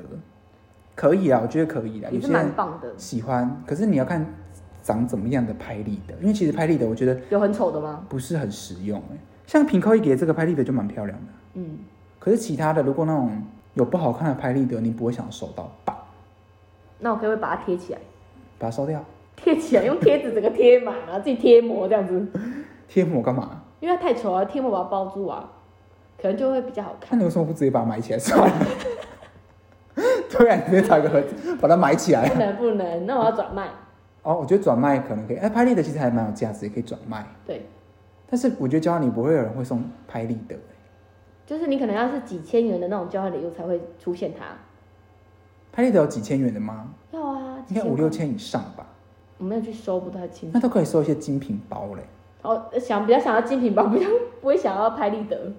[SPEAKER 2] 可以啊，我觉得可以啦，有
[SPEAKER 1] 也是
[SPEAKER 2] 些人
[SPEAKER 1] 蛮棒的，
[SPEAKER 2] 喜欢，可是你要看长怎么样的拍立得，因为其实拍立得我觉得
[SPEAKER 1] 有很丑的吗？
[SPEAKER 2] 不是很实用哎、像平扣一给这个拍立得就蛮漂亮的，
[SPEAKER 1] 嗯，
[SPEAKER 2] 可是其他的如果那种有不好看的拍立得，你不会想收到吧？
[SPEAKER 1] 那我可不可以把它贴起来，
[SPEAKER 2] 把它收掉，
[SPEAKER 1] 贴起来，用贴纸整个贴满啊，自己贴膜这样子，
[SPEAKER 2] 贴膜干嘛？
[SPEAKER 1] 因为它太丑了，贴膜把它包住啊，可能就会比较好看。
[SPEAKER 2] 那你为什么不直接把它埋起来算了？ 对啊，你直接找一个盒子把它埋起来
[SPEAKER 1] 不。能不能，那我要转卖。
[SPEAKER 2] 哦，我觉得转卖可能可以，哎，拍立得其实还蛮有价值，也可以转卖。
[SPEAKER 1] 对，
[SPEAKER 2] 但是我觉得交换礼不会有人会送拍立得、
[SPEAKER 1] 就是你可能要是几千元的那种交换礼物才会出现它。
[SPEAKER 2] 拍立得有几千元的吗？
[SPEAKER 1] 要啊，
[SPEAKER 2] 应该
[SPEAKER 1] 几
[SPEAKER 2] 五
[SPEAKER 1] 块
[SPEAKER 2] 六，千以上吧，
[SPEAKER 1] 我没有去收，不太清楚
[SPEAKER 2] 那。都可以收一些精品包嘞。
[SPEAKER 1] 哦，想比较想要精品包，比较不会想要拍立得。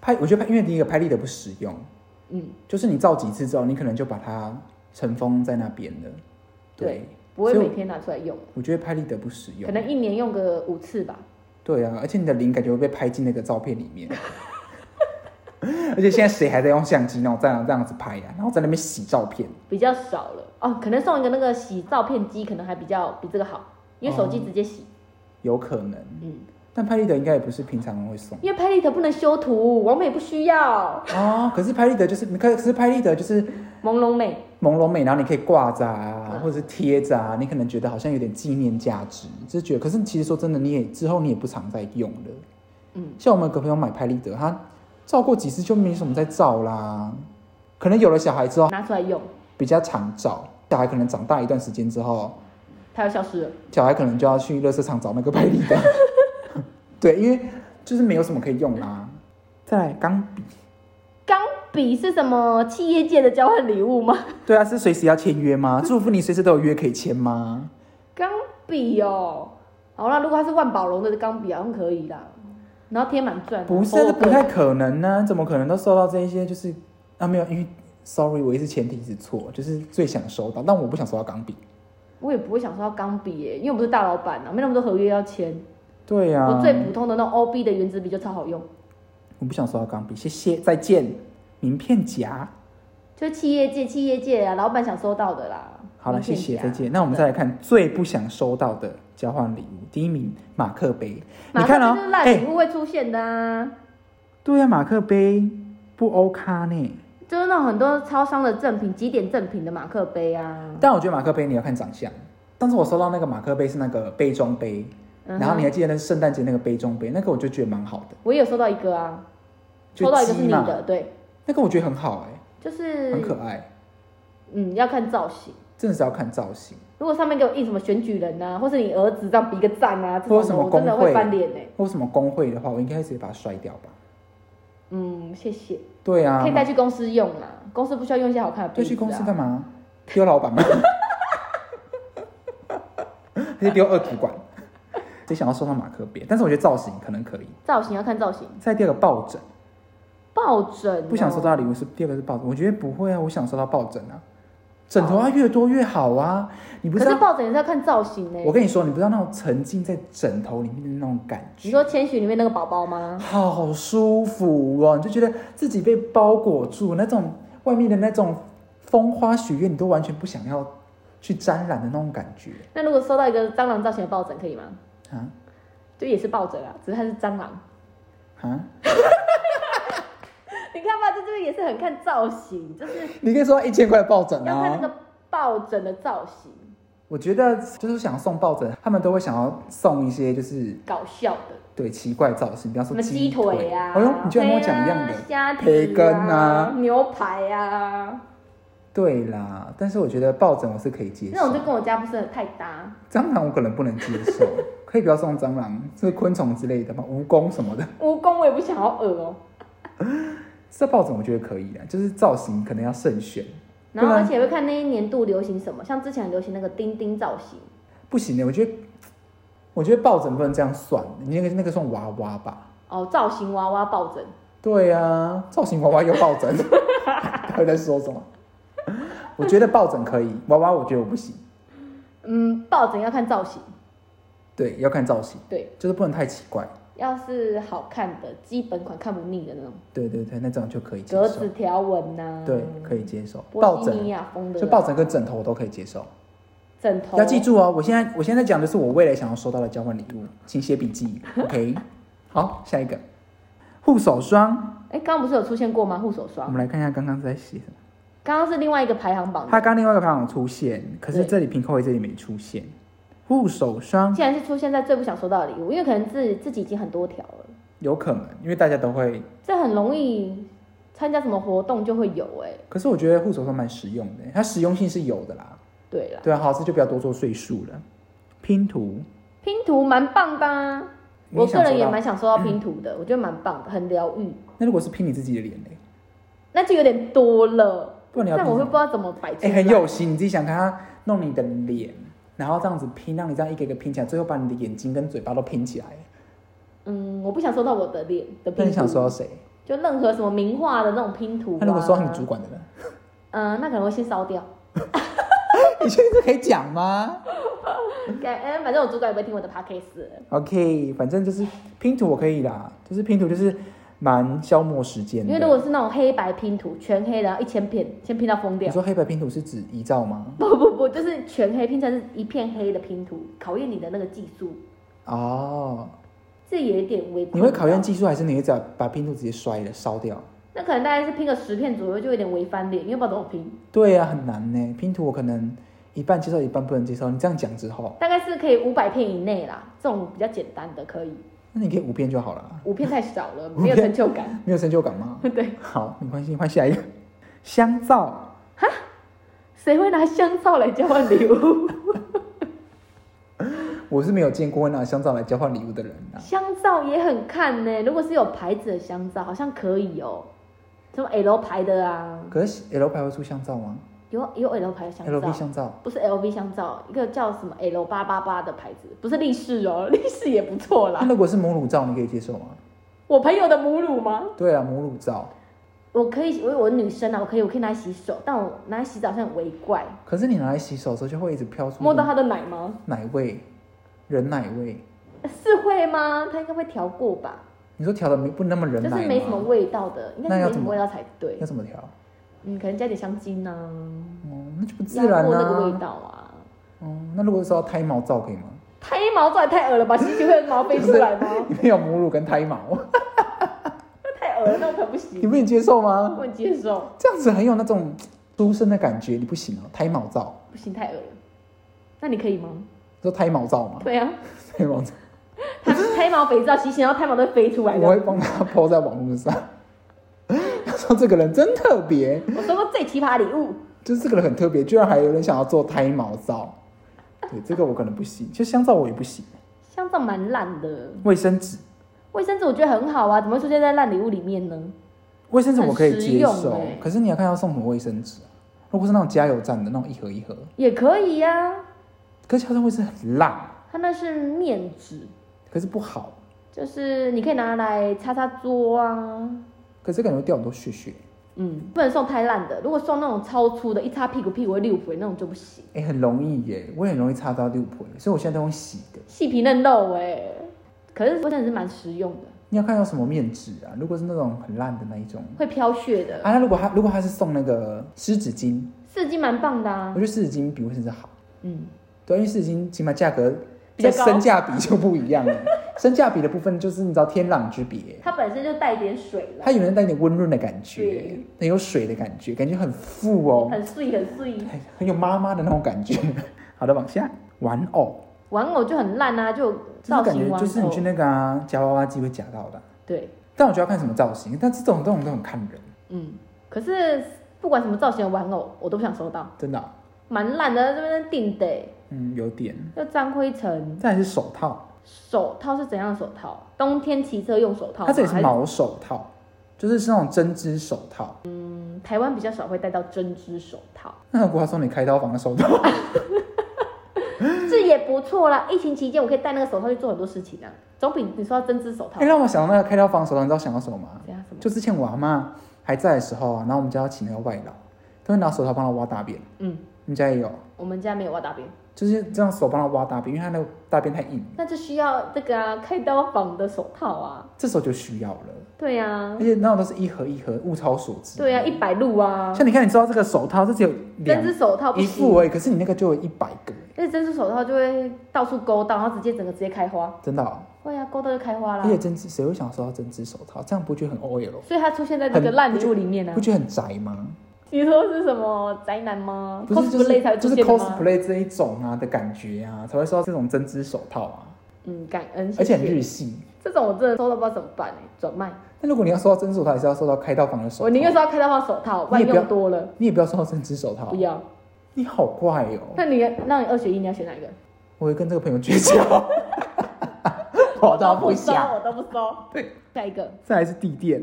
[SPEAKER 2] 拍，我觉得拍，因为第一个拍立得不实用，
[SPEAKER 1] 嗯，
[SPEAKER 2] 就是你照几次之后，你可能就把它尘封在那边的。
[SPEAKER 1] 对
[SPEAKER 2] 对，
[SPEAKER 1] 不会
[SPEAKER 2] 所以
[SPEAKER 1] 每天拿出来用，
[SPEAKER 2] 我觉得拍立得不实用
[SPEAKER 1] 可。能一年用个五次吧。
[SPEAKER 2] 对啊，而且你的灵感就会被拍进那个照片里面。 而且现在谁还在用相机那种这样这样子拍呀、啊然后在那边洗照片，
[SPEAKER 1] 比较少了哦，可能送一个那个洗照片机，可能还比较比这个好，因为手
[SPEAKER 2] 哦
[SPEAKER 1] 机直接洗。
[SPEAKER 2] 有可能。
[SPEAKER 1] 嗯，
[SPEAKER 2] 但拍立得应该也不是平常人会送
[SPEAKER 1] 因为拍立得不能修图，完美不需要，
[SPEAKER 2] 啊。可是拍立得就是，可可是拍立得就是
[SPEAKER 1] 朦胧美。
[SPEAKER 2] 朦胧美，然后你可以挂着啊
[SPEAKER 1] 嗯，
[SPEAKER 2] 或者是贴着啊，你可能觉得好像有点纪念价值，就是觉得。可是其实说真的，你也之后你也不常在用了。
[SPEAKER 1] 嗯，
[SPEAKER 2] 像我们有个朋友买拍立得，他照过几次就没什么在照啦。可能有了小孩之后
[SPEAKER 1] 拿出来用，
[SPEAKER 2] 比较常照，小孩可能长大一段时间之后，
[SPEAKER 1] 它又消失了。
[SPEAKER 2] 小孩可能就要去垃圾场找那个拍立得。对，因为就是没有什么可以用啦、啊再来钢笔，
[SPEAKER 1] 钢笔是什么企业界的交换礼物吗？
[SPEAKER 2] 对啊，是随时要签约吗？祝福你随时都有约可以签吗？
[SPEAKER 1] 钢笔哦，好啦，如果它是万宝龙的钢笔，好像可以啦。然后贴满钻，
[SPEAKER 2] 不是，
[SPEAKER 1] 哦
[SPEAKER 2] 这不太可能呢、怎么可能都收到这一些？就是啊，没有，因为 sorry，我一直前提是错，就是最想收到，但我不想收到钢笔。
[SPEAKER 1] 我也不会想说要钢笔耶，因为我不是大老板啊，没那么多合约要签。
[SPEAKER 2] 对呀、
[SPEAKER 1] 我最普通的那种 OB 的原子笔就超好用，
[SPEAKER 2] 我不想收到钢笔，谢谢，再见，名片夹。
[SPEAKER 1] 就是企业界企业界啊，老板想收到的啦。
[SPEAKER 2] 好了，
[SPEAKER 1] 名
[SPEAKER 2] 谢
[SPEAKER 1] 片
[SPEAKER 2] 谢，
[SPEAKER 1] 夹
[SPEAKER 2] 再见。那我们再来看最不想收到的交换礼物，第一名马克杯。你
[SPEAKER 1] 马
[SPEAKER 2] 看
[SPEAKER 1] 上
[SPEAKER 2] 哦
[SPEAKER 1] 就是，
[SPEAKER 2] 哎、
[SPEAKER 1] 烂礼物会出现的啊，
[SPEAKER 2] 对呀、马克杯不欧咖呢。
[SPEAKER 1] 就是那种很多超商的赠品、几点赠品的马克杯啊。
[SPEAKER 2] 但我觉得马克杯你要看长相。当时我收到那个马克杯是那个杯装杯，
[SPEAKER 1] 嗯哼
[SPEAKER 2] 然后你还记得那是圣诞节那个杯装杯，那个我就觉得蛮好的，
[SPEAKER 1] 我也有收到一个啊，
[SPEAKER 2] 就
[SPEAKER 1] 收到一个是
[SPEAKER 2] 鸡
[SPEAKER 1] 你
[SPEAKER 2] 嘛
[SPEAKER 1] 的，对，
[SPEAKER 2] 那个我觉得很好哎、
[SPEAKER 1] 就是
[SPEAKER 2] 很可爱，
[SPEAKER 1] 嗯，要看造型。
[SPEAKER 2] 真的是要看造型。
[SPEAKER 1] 如果上面给我印什么选举人啊，或是你儿子这样比个赞啊，这
[SPEAKER 2] 或
[SPEAKER 1] 种
[SPEAKER 2] 什
[SPEAKER 1] 的
[SPEAKER 2] 么
[SPEAKER 1] 我真的
[SPEAKER 2] 工
[SPEAKER 1] 会
[SPEAKER 2] 会
[SPEAKER 1] 翻脸呢、欸
[SPEAKER 2] 或什么工会的话，我应该直接把它摔掉吧。
[SPEAKER 1] 嗯，谢谢，
[SPEAKER 2] 对啊
[SPEAKER 1] 可以，带去公司用啦。公司不需要用一些好看的杯
[SPEAKER 2] 就
[SPEAKER 1] 子、啊。
[SPEAKER 2] 去公司干嘛？丢老板吗？ 还是丢二主管？ 谁想要收到马克杯？但是我觉得造型可能可以。
[SPEAKER 1] 造型要看造型，
[SPEAKER 2] 再第二个抱枕，
[SPEAKER 1] 抱枕、哦
[SPEAKER 2] 不想收。到礼物是第二个是抱枕，我觉得不会啊，我想收到抱枕啊，枕头啊越多越好啊，你不
[SPEAKER 1] 哦可
[SPEAKER 2] 知
[SPEAKER 1] 是
[SPEAKER 2] 道，
[SPEAKER 1] 抱枕也是要看造型欸呢、
[SPEAKER 2] 我跟你说，你不知道那种沉浸在枕头里面的那种感
[SPEAKER 1] 你
[SPEAKER 2] 觉，
[SPEAKER 1] 说《千寻》里面那个宝宝吗？
[SPEAKER 2] 好舒服哦，你就觉得自己被包裹住，那种外面的那种风花雪月，你都完全不想要去沾染的那种感觉
[SPEAKER 1] 那如果收到一个蟑螂造型的抱枕可以吗？
[SPEAKER 2] 啊
[SPEAKER 1] 就也是抱枕啊，只是它是蟑螂。
[SPEAKER 2] 啊！
[SPEAKER 1] 你看吧，这就是也是很看造型，就是
[SPEAKER 2] 你可以收到一千块的抱枕
[SPEAKER 1] 要看那
[SPEAKER 2] 啊，
[SPEAKER 1] 个抱枕的造型，
[SPEAKER 2] 我觉得就是想送抱枕，啊他们都会想要送一些就是
[SPEAKER 1] 搞笑的，
[SPEAKER 2] 对奇怪造型，比方
[SPEAKER 1] 什
[SPEAKER 2] 说
[SPEAKER 1] 么鸡腿啊，
[SPEAKER 2] 哎呦，你居然跟我讲一样的
[SPEAKER 1] 对啊，虾子啊
[SPEAKER 2] 培根啊，
[SPEAKER 1] 牛排啊，
[SPEAKER 2] 对啦，但是我觉得抱枕我是可以接
[SPEAKER 1] 那
[SPEAKER 2] 受
[SPEAKER 1] 种，就跟我家不是很太搭。
[SPEAKER 2] 蟑螂我可能不能接受，可以不要送蟑螂，是昆虫之类的吗？蜈蚣什么的，
[SPEAKER 1] 蜈蚣我也不想要恶
[SPEAKER 2] 啊
[SPEAKER 1] 哦、
[SPEAKER 2] 这抱枕我觉得可以啊，就是造型可能要慎选，
[SPEAKER 1] 然后
[SPEAKER 2] 对啊
[SPEAKER 1] 而且会看那一年度流行什么，像之前很流行那个丁丁造型，
[SPEAKER 2] 不行的，我觉得。我觉得抱枕不能这样算，你那个那个算娃娃吧？
[SPEAKER 1] 哦，造型娃娃抱枕，
[SPEAKER 2] 对啊，造型娃娃又抱枕， 他在说什么？我觉得抱枕可以，娃娃我觉得我不行。
[SPEAKER 1] 嗯，抱枕要看造型，
[SPEAKER 2] 对，要看造型，
[SPEAKER 1] 对，
[SPEAKER 2] 就是不能太奇怪。
[SPEAKER 1] 要是好看的基本款看不腻的那种，
[SPEAKER 2] 对对对，那种就可以接
[SPEAKER 1] 格
[SPEAKER 2] 受
[SPEAKER 1] 子。条纹呐、
[SPEAKER 2] 对，可以接受。
[SPEAKER 1] 波
[SPEAKER 2] 抱
[SPEAKER 1] 西米
[SPEAKER 2] 枕，
[SPEAKER 1] 亚风的，
[SPEAKER 2] 就抱枕跟枕头我都可以接受。
[SPEAKER 1] 枕头，啊
[SPEAKER 2] 要记住哦，我现在我现在讲的是我未来想要收到的交换礼物，请写笔记。OK，好，下一个护手霜，
[SPEAKER 1] 哎，刚刚不是有出现过吗？护手
[SPEAKER 2] 我
[SPEAKER 1] 霜，
[SPEAKER 2] 们来看一下刚刚在写什么。
[SPEAKER 1] 刚刚是另外一个排行榜
[SPEAKER 2] 它
[SPEAKER 1] 的，
[SPEAKER 2] 刚另外一个排行榜出现，可是
[SPEAKER 1] 对
[SPEAKER 2] 这里平扣位这里没出现。护手霜
[SPEAKER 1] 竟然是出现在最不想收到的礼物，因为可能自自己已经很多条了，
[SPEAKER 2] 有可能，因为大家都会，
[SPEAKER 1] 这很容易参加什么活动就会有、哎，
[SPEAKER 2] 可是我觉得护手霜蛮实用的，它实用性是有的啦。
[SPEAKER 1] 对了，
[SPEAKER 2] 对啊，好，这就不要多做赘述了。拼图，
[SPEAKER 1] 拼图蛮棒的、啊，
[SPEAKER 2] 你
[SPEAKER 1] 我个
[SPEAKER 2] 想
[SPEAKER 1] 人
[SPEAKER 2] 收
[SPEAKER 1] 也
[SPEAKER 2] 到嗯
[SPEAKER 1] 蛮想收到拼图的，我觉得蛮棒的，很疗愈，
[SPEAKER 2] 那如果是拼你自己的脸嘞？
[SPEAKER 1] 那就有点多了，
[SPEAKER 2] 不然你要
[SPEAKER 1] 但我会
[SPEAKER 2] 拼什
[SPEAKER 1] 不
[SPEAKER 2] 么
[SPEAKER 1] 知道怎么摆出
[SPEAKER 2] 哎、
[SPEAKER 1] 来，
[SPEAKER 2] 很有心，你自己想看他弄你的脸，然后这样子拼，让你这样一个一个拼起来，最后把你的眼睛跟嘴巴都拼起来。
[SPEAKER 1] 嗯，我不想收到我的脸的
[SPEAKER 2] 那
[SPEAKER 1] 拼
[SPEAKER 2] 你
[SPEAKER 1] 图，
[SPEAKER 2] 想收到谁？
[SPEAKER 1] 就任何什么名画的那种拼图、啊，
[SPEAKER 2] 那如果收到你主管的呢？
[SPEAKER 1] 嗯、那可能会先烧掉。
[SPEAKER 2] 你确定这可以讲吗
[SPEAKER 1] 感恩，哎反正我主管也不会听我的 podcast。
[SPEAKER 2] ？OK，反正就是拼图我可以啦，就是拼图就是蛮消磨时间的。
[SPEAKER 1] 因为如果是那种黑白拼图，全黑的，然后一千片，先拼到疯
[SPEAKER 2] 你
[SPEAKER 1] 掉。
[SPEAKER 2] 说黑白拼图是指遗照吗？
[SPEAKER 1] 不不不，就是全黑拼成是一片黑的拼图，考验你的那个技术，
[SPEAKER 2] 哦，
[SPEAKER 1] 这也有点微。
[SPEAKER 2] 你会考验？技术，还是你会只要把拼图直接摔了烧掉？
[SPEAKER 1] 那可能大概是拼个十片左右，就有点微翻脸，因为不知道怎么拼。
[SPEAKER 2] 对呀、啊，很难呢。拼图我可能一半接受，一半不能接受。你这样讲之后，
[SPEAKER 1] 大概是可以五百片以内啦，这种比较简单的可以，
[SPEAKER 2] 那你可以五遍就好了，
[SPEAKER 1] 五片太少了，没有成就 感。
[SPEAKER 2] 没有成就感吗？
[SPEAKER 1] 对，
[SPEAKER 2] 好，没关系，换下一个。 香皂，
[SPEAKER 1] 谁会拿香皂来交换礼物？
[SPEAKER 2] 我是没有见过会拿香皂来交换礼物的人啊。
[SPEAKER 1] 香皂也很看呢、如果是有牌子的香皂，好像可以哦、什么 L 牌的啊，
[SPEAKER 2] 可是 L 牌会出香皂吗
[SPEAKER 1] 有有 L 牌的香
[SPEAKER 2] ？L
[SPEAKER 1] 皂
[SPEAKER 2] V 香皂，
[SPEAKER 1] 不是 LV 香皂，一个叫什么 L 八八八的牌子，不是力士哦， 力士也不错
[SPEAKER 2] 那
[SPEAKER 1] 啦。
[SPEAKER 2] 如果是母乳皂，你可以接受吗？
[SPEAKER 1] 我朋友的母乳吗？
[SPEAKER 2] 对啊，母乳皂。
[SPEAKER 1] 我可以，我我女生啊，我可以，我可以拿来洗手，但我拿来洗澡好像很微怪，
[SPEAKER 2] 可是你拿来洗手的时候，就会一直飘出
[SPEAKER 1] 摸到她的奶吗？
[SPEAKER 2] 奶味，人奶味。
[SPEAKER 1] 是会吗？她应该会调过吧，
[SPEAKER 2] 你说调的没不那么人
[SPEAKER 1] 就
[SPEAKER 2] 奶吗
[SPEAKER 1] 是没什么味道的，应该
[SPEAKER 2] 那
[SPEAKER 1] 是
[SPEAKER 2] 要
[SPEAKER 1] 没什
[SPEAKER 2] 怎
[SPEAKER 1] 么
[SPEAKER 2] 么
[SPEAKER 1] 味道才对
[SPEAKER 2] 要。怎么调？
[SPEAKER 1] 嗯，可能加点香精啊，
[SPEAKER 2] 哦，那就不自
[SPEAKER 1] 压过
[SPEAKER 2] 然啦、
[SPEAKER 1] 那个味道啊。
[SPEAKER 2] 哦，那如果是要胎毛皂可以吗？
[SPEAKER 1] 胎毛这也太恶了吧？吸血会毛飞出来吗？
[SPEAKER 2] 里面有母乳跟胎毛，
[SPEAKER 1] 那太恶了，那我可不
[SPEAKER 2] 你
[SPEAKER 1] 行，
[SPEAKER 2] 不能接受
[SPEAKER 1] 不
[SPEAKER 2] 吗？
[SPEAKER 1] 能接受，
[SPEAKER 2] 这样子很有那种出生的感觉，你不行哦。胎毛皂，
[SPEAKER 1] 不行，太恶了。那你可以吗？
[SPEAKER 2] 你说胎毛皂吗？
[SPEAKER 1] 对啊。
[SPEAKER 2] 胎毛皂，
[SPEAKER 1] 它胎毛肥皂洗洗，然后胎毛都会飞出来
[SPEAKER 2] 我会
[SPEAKER 1] 的。
[SPEAKER 2] 帮他抛在网络上。他说这个人真特别，
[SPEAKER 1] 我收过最奇葩礼物，
[SPEAKER 2] 就是这个人很特别，居然还有人想要做胎毛皂。对，这个我可能不行，其实香皂我也不行，
[SPEAKER 1] 香皂蛮烂的，
[SPEAKER 2] 卫生纸，
[SPEAKER 1] 卫生纸我觉得很好啊，怎么会出现在烂礼物里面呢？
[SPEAKER 2] 卫生纸我可以接
[SPEAKER 1] 很实
[SPEAKER 2] 受，
[SPEAKER 1] 用欸
[SPEAKER 2] 可是你要看要送什么卫生纸啊。如果是那种加油站的那种一盒一盒，
[SPEAKER 1] 也可以呀、
[SPEAKER 2] 可是加油站卫生纸很烂，
[SPEAKER 1] 它那是面纸，
[SPEAKER 2] 可是不好，
[SPEAKER 1] 就是你可以拿来擦擦桌啊。
[SPEAKER 2] 可是感觉会掉很多屑屑，
[SPEAKER 1] 嗯，不能送太烂的，如果送那种超粗的，一擦屁股屁股会六回那种就不行，
[SPEAKER 2] 哎、很容易耶，我也很容易擦到六婆，所以我现在都用洗的。
[SPEAKER 1] 细皮嫩肉哎、可是卫生纸是蛮实用的，
[SPEAKER 2] 你要看有什么面纸啊？如果是那种很烂的那一种，
[SPEAKER 1] 会飘屑的，
[SPEAKER 2] 啊，那如果他如果他是送那个湿纸巾，
[SPEAKER 1] 四季蛮棒的
[SPEAKER 2] 我
[SPEAKER 1] 啊
[SPEAKER 2] 觉。得湿纸巾比卫生纸好，
[SPEAKER 1] 嗯，
[SPEAKER 2] 对，因为湿纸巾起码价格
[SPEAKER 1] 比较
[SPEAKER 2] 在
[SPEAKER 1] 高
[SPEAKER 2] 身价比就不一 样了，身价比的部分就是你知道天壤之别，
[SPEAKER 1] 它本身就带点水了
[SPEAKER 2] 它，有人带点温润的感觉，很有水的感觉，感觉很富哦，
[SPEAKER 1] 很碎很碎。
[SPEAKER 2] 很很有妈妈的那种感觉。 好的，往下玩偶，
[SPEAKER 1] 玩偶就很烂啊，就有
[SPEAKER 2] 就是
[SPEAKER 1] 造
[SPEAKER 2] 感
[SPEAKER 1] 型
[SPEAKER 2] 觉
[SPEAKER 1] 玩偶。
[SPEAKER 2] 就是你去那个啊夹娃娃机会夹到的啊、
[SPEAKER 1] 对，
[SPEAKER 2] 但我觉得要看什么造型，但这种这种都很看人，
[SPEAKER 1] 嗯，可是不管什么造型的玩偶，我都不想收到，
[SPEAKER 2] 真的啊、
[SPEAKER 1] 蛮烂的，这边定的，
[SPEAKER 2] 嗯，有点。
[SPEAKER 1] 又沾灰尘。
[SPEAKER 2] 再来是手套，
[SPEAKER 1] 手套是怎样的手套？冬天骑车用手套吗？
[SPEAKER 2] 它这里
[SPEAKER 1] 还
[SPEAKER 2] 是毛手套，就是是那种针织手套。
[SPEAKER 1] 嗯台湾比较少会戴到针织手套，
[SPEAKER 2] 那如果他送你开刀房的手 套，
[SPEAKER 1] 这也不错啦。疫情期间我可以戴那个手套去做很多事情啊，总比你说要针织手套
[SPEAKER 2] 哎、。让我想到那个开刀房手套，你知道想到什么吗？
[SPEAKER 1] 怎样什么？
[SPEAKER 2] 就之前我阿妈还在的时候啊，然后我们家要请那个外劳，都会拿手套帮她挖大便。
[SPEAKER 1] 嗯，
[SPEAKER 2] 你们家也有，
[SPEAKER 1] 我们家没有挖大便，
[SPEAKER 2] 就是这样手帮她挖大便，因为她那个大便太硬，
[SPEAKER 1] 那就需要这个、啊、开刀房的手套啊。
[SPEAKER 2] 这时候就需要了。
[SPEAKER 1] 对呀、啊
[SPEAKER 2] 而，且那种都是一盒一盒，物超所值。
[SPEAKER 1] 对呀、啊，一百路啊，
[SPEAKER 2] 像你看，你知道这个手套，这只有两
[SPEAKER 1] 针织手套不
[SPEAKER 2] 一
[SPEAKER 1] 行。
[SPEAKER 2] 副而啊已，可是你那个就有一百个，
[SPEAKER 1] 而且珍珠手套就会到处勾到，然后直接整个直接开花。
[SPEAKER 2] 真的、哦。
[SPEAKER 1] 会啊，勾到就开花啦
[SPEAKER 2] 而。且针织，谁会想收到针织手套？这样不觉得很 OL？、
[SPEAKER 1] 所以它出现在这个
[SPEAKER 2] 很
[SPEAKER 1] 烂礼物里面啊
[SPEAKER 2] 不。觉得很宅吗？
[SPEAKER 1] 你说是什么宅男吗
[SPEAKER 2] 不是，就
[SPEAKER 1] ？cosplay 才会出
[SPEAKER 2] 是就是
[SPEAKER 1] 现的吗？
[SPEAKER 2] cosplay 这一种啊的感觉啊，才会收到这种针织手套啊，
[SPEAKER 1] 嗯，感恩。
[SPEAKER 2] 而且很
[SPEAKER 1] 谢谢
[SPEAKER 2] 日系。
[SPEAKER 1] 这种我真的收到不知道怎么办哎，转卖。
[SPEAKER 2] 但如果你要收到针织手套，还是要收到开到房的手套。
[SPEAKER 1] 我宁愿收到开到放手套，万一
[SPEAKER 2] 你也不要
[SPEAKER 1] 用多了
[SPEAKER 2] 你也不要收到针织手套啊
[SPEAKER 1] 不。要。
[SPEAKER 2] 你好怪哦！
[SPEAKER 1] 那你那你二选一，你要选哪一个？
[SPEAKER 2] 我会跟这个朋友绝交， 我倒不
[SPEAKER 1] 收，
[SPEAKER 2] 想。
[SPEAKER 1] 我都不收。
[SPEAKER 2] 对，
[SPEAKER 1] 下一个
[SPEAKER 2] 再来是地垫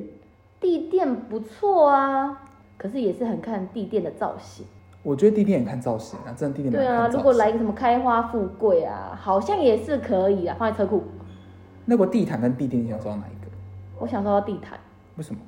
[SPEAKER 1] 地垫不错啊，可是也是很看地垫的造型。
[SPEAKER 2] 我觉得地垫也看造型啊，真的地垫蛮
[SPEAKER 1] 对啊，
[SPEAKER 2] 看造型
[SPEAKER 1] 如果来一个什么开花富贵啊，好像也是可以啊，放在车库。
[SPEAKER 2] 那个地毯跟地垫，你想收到哪一个？
[SPEAKER 1] 我想收到地毯，
[SPEAKER 2] 为什么？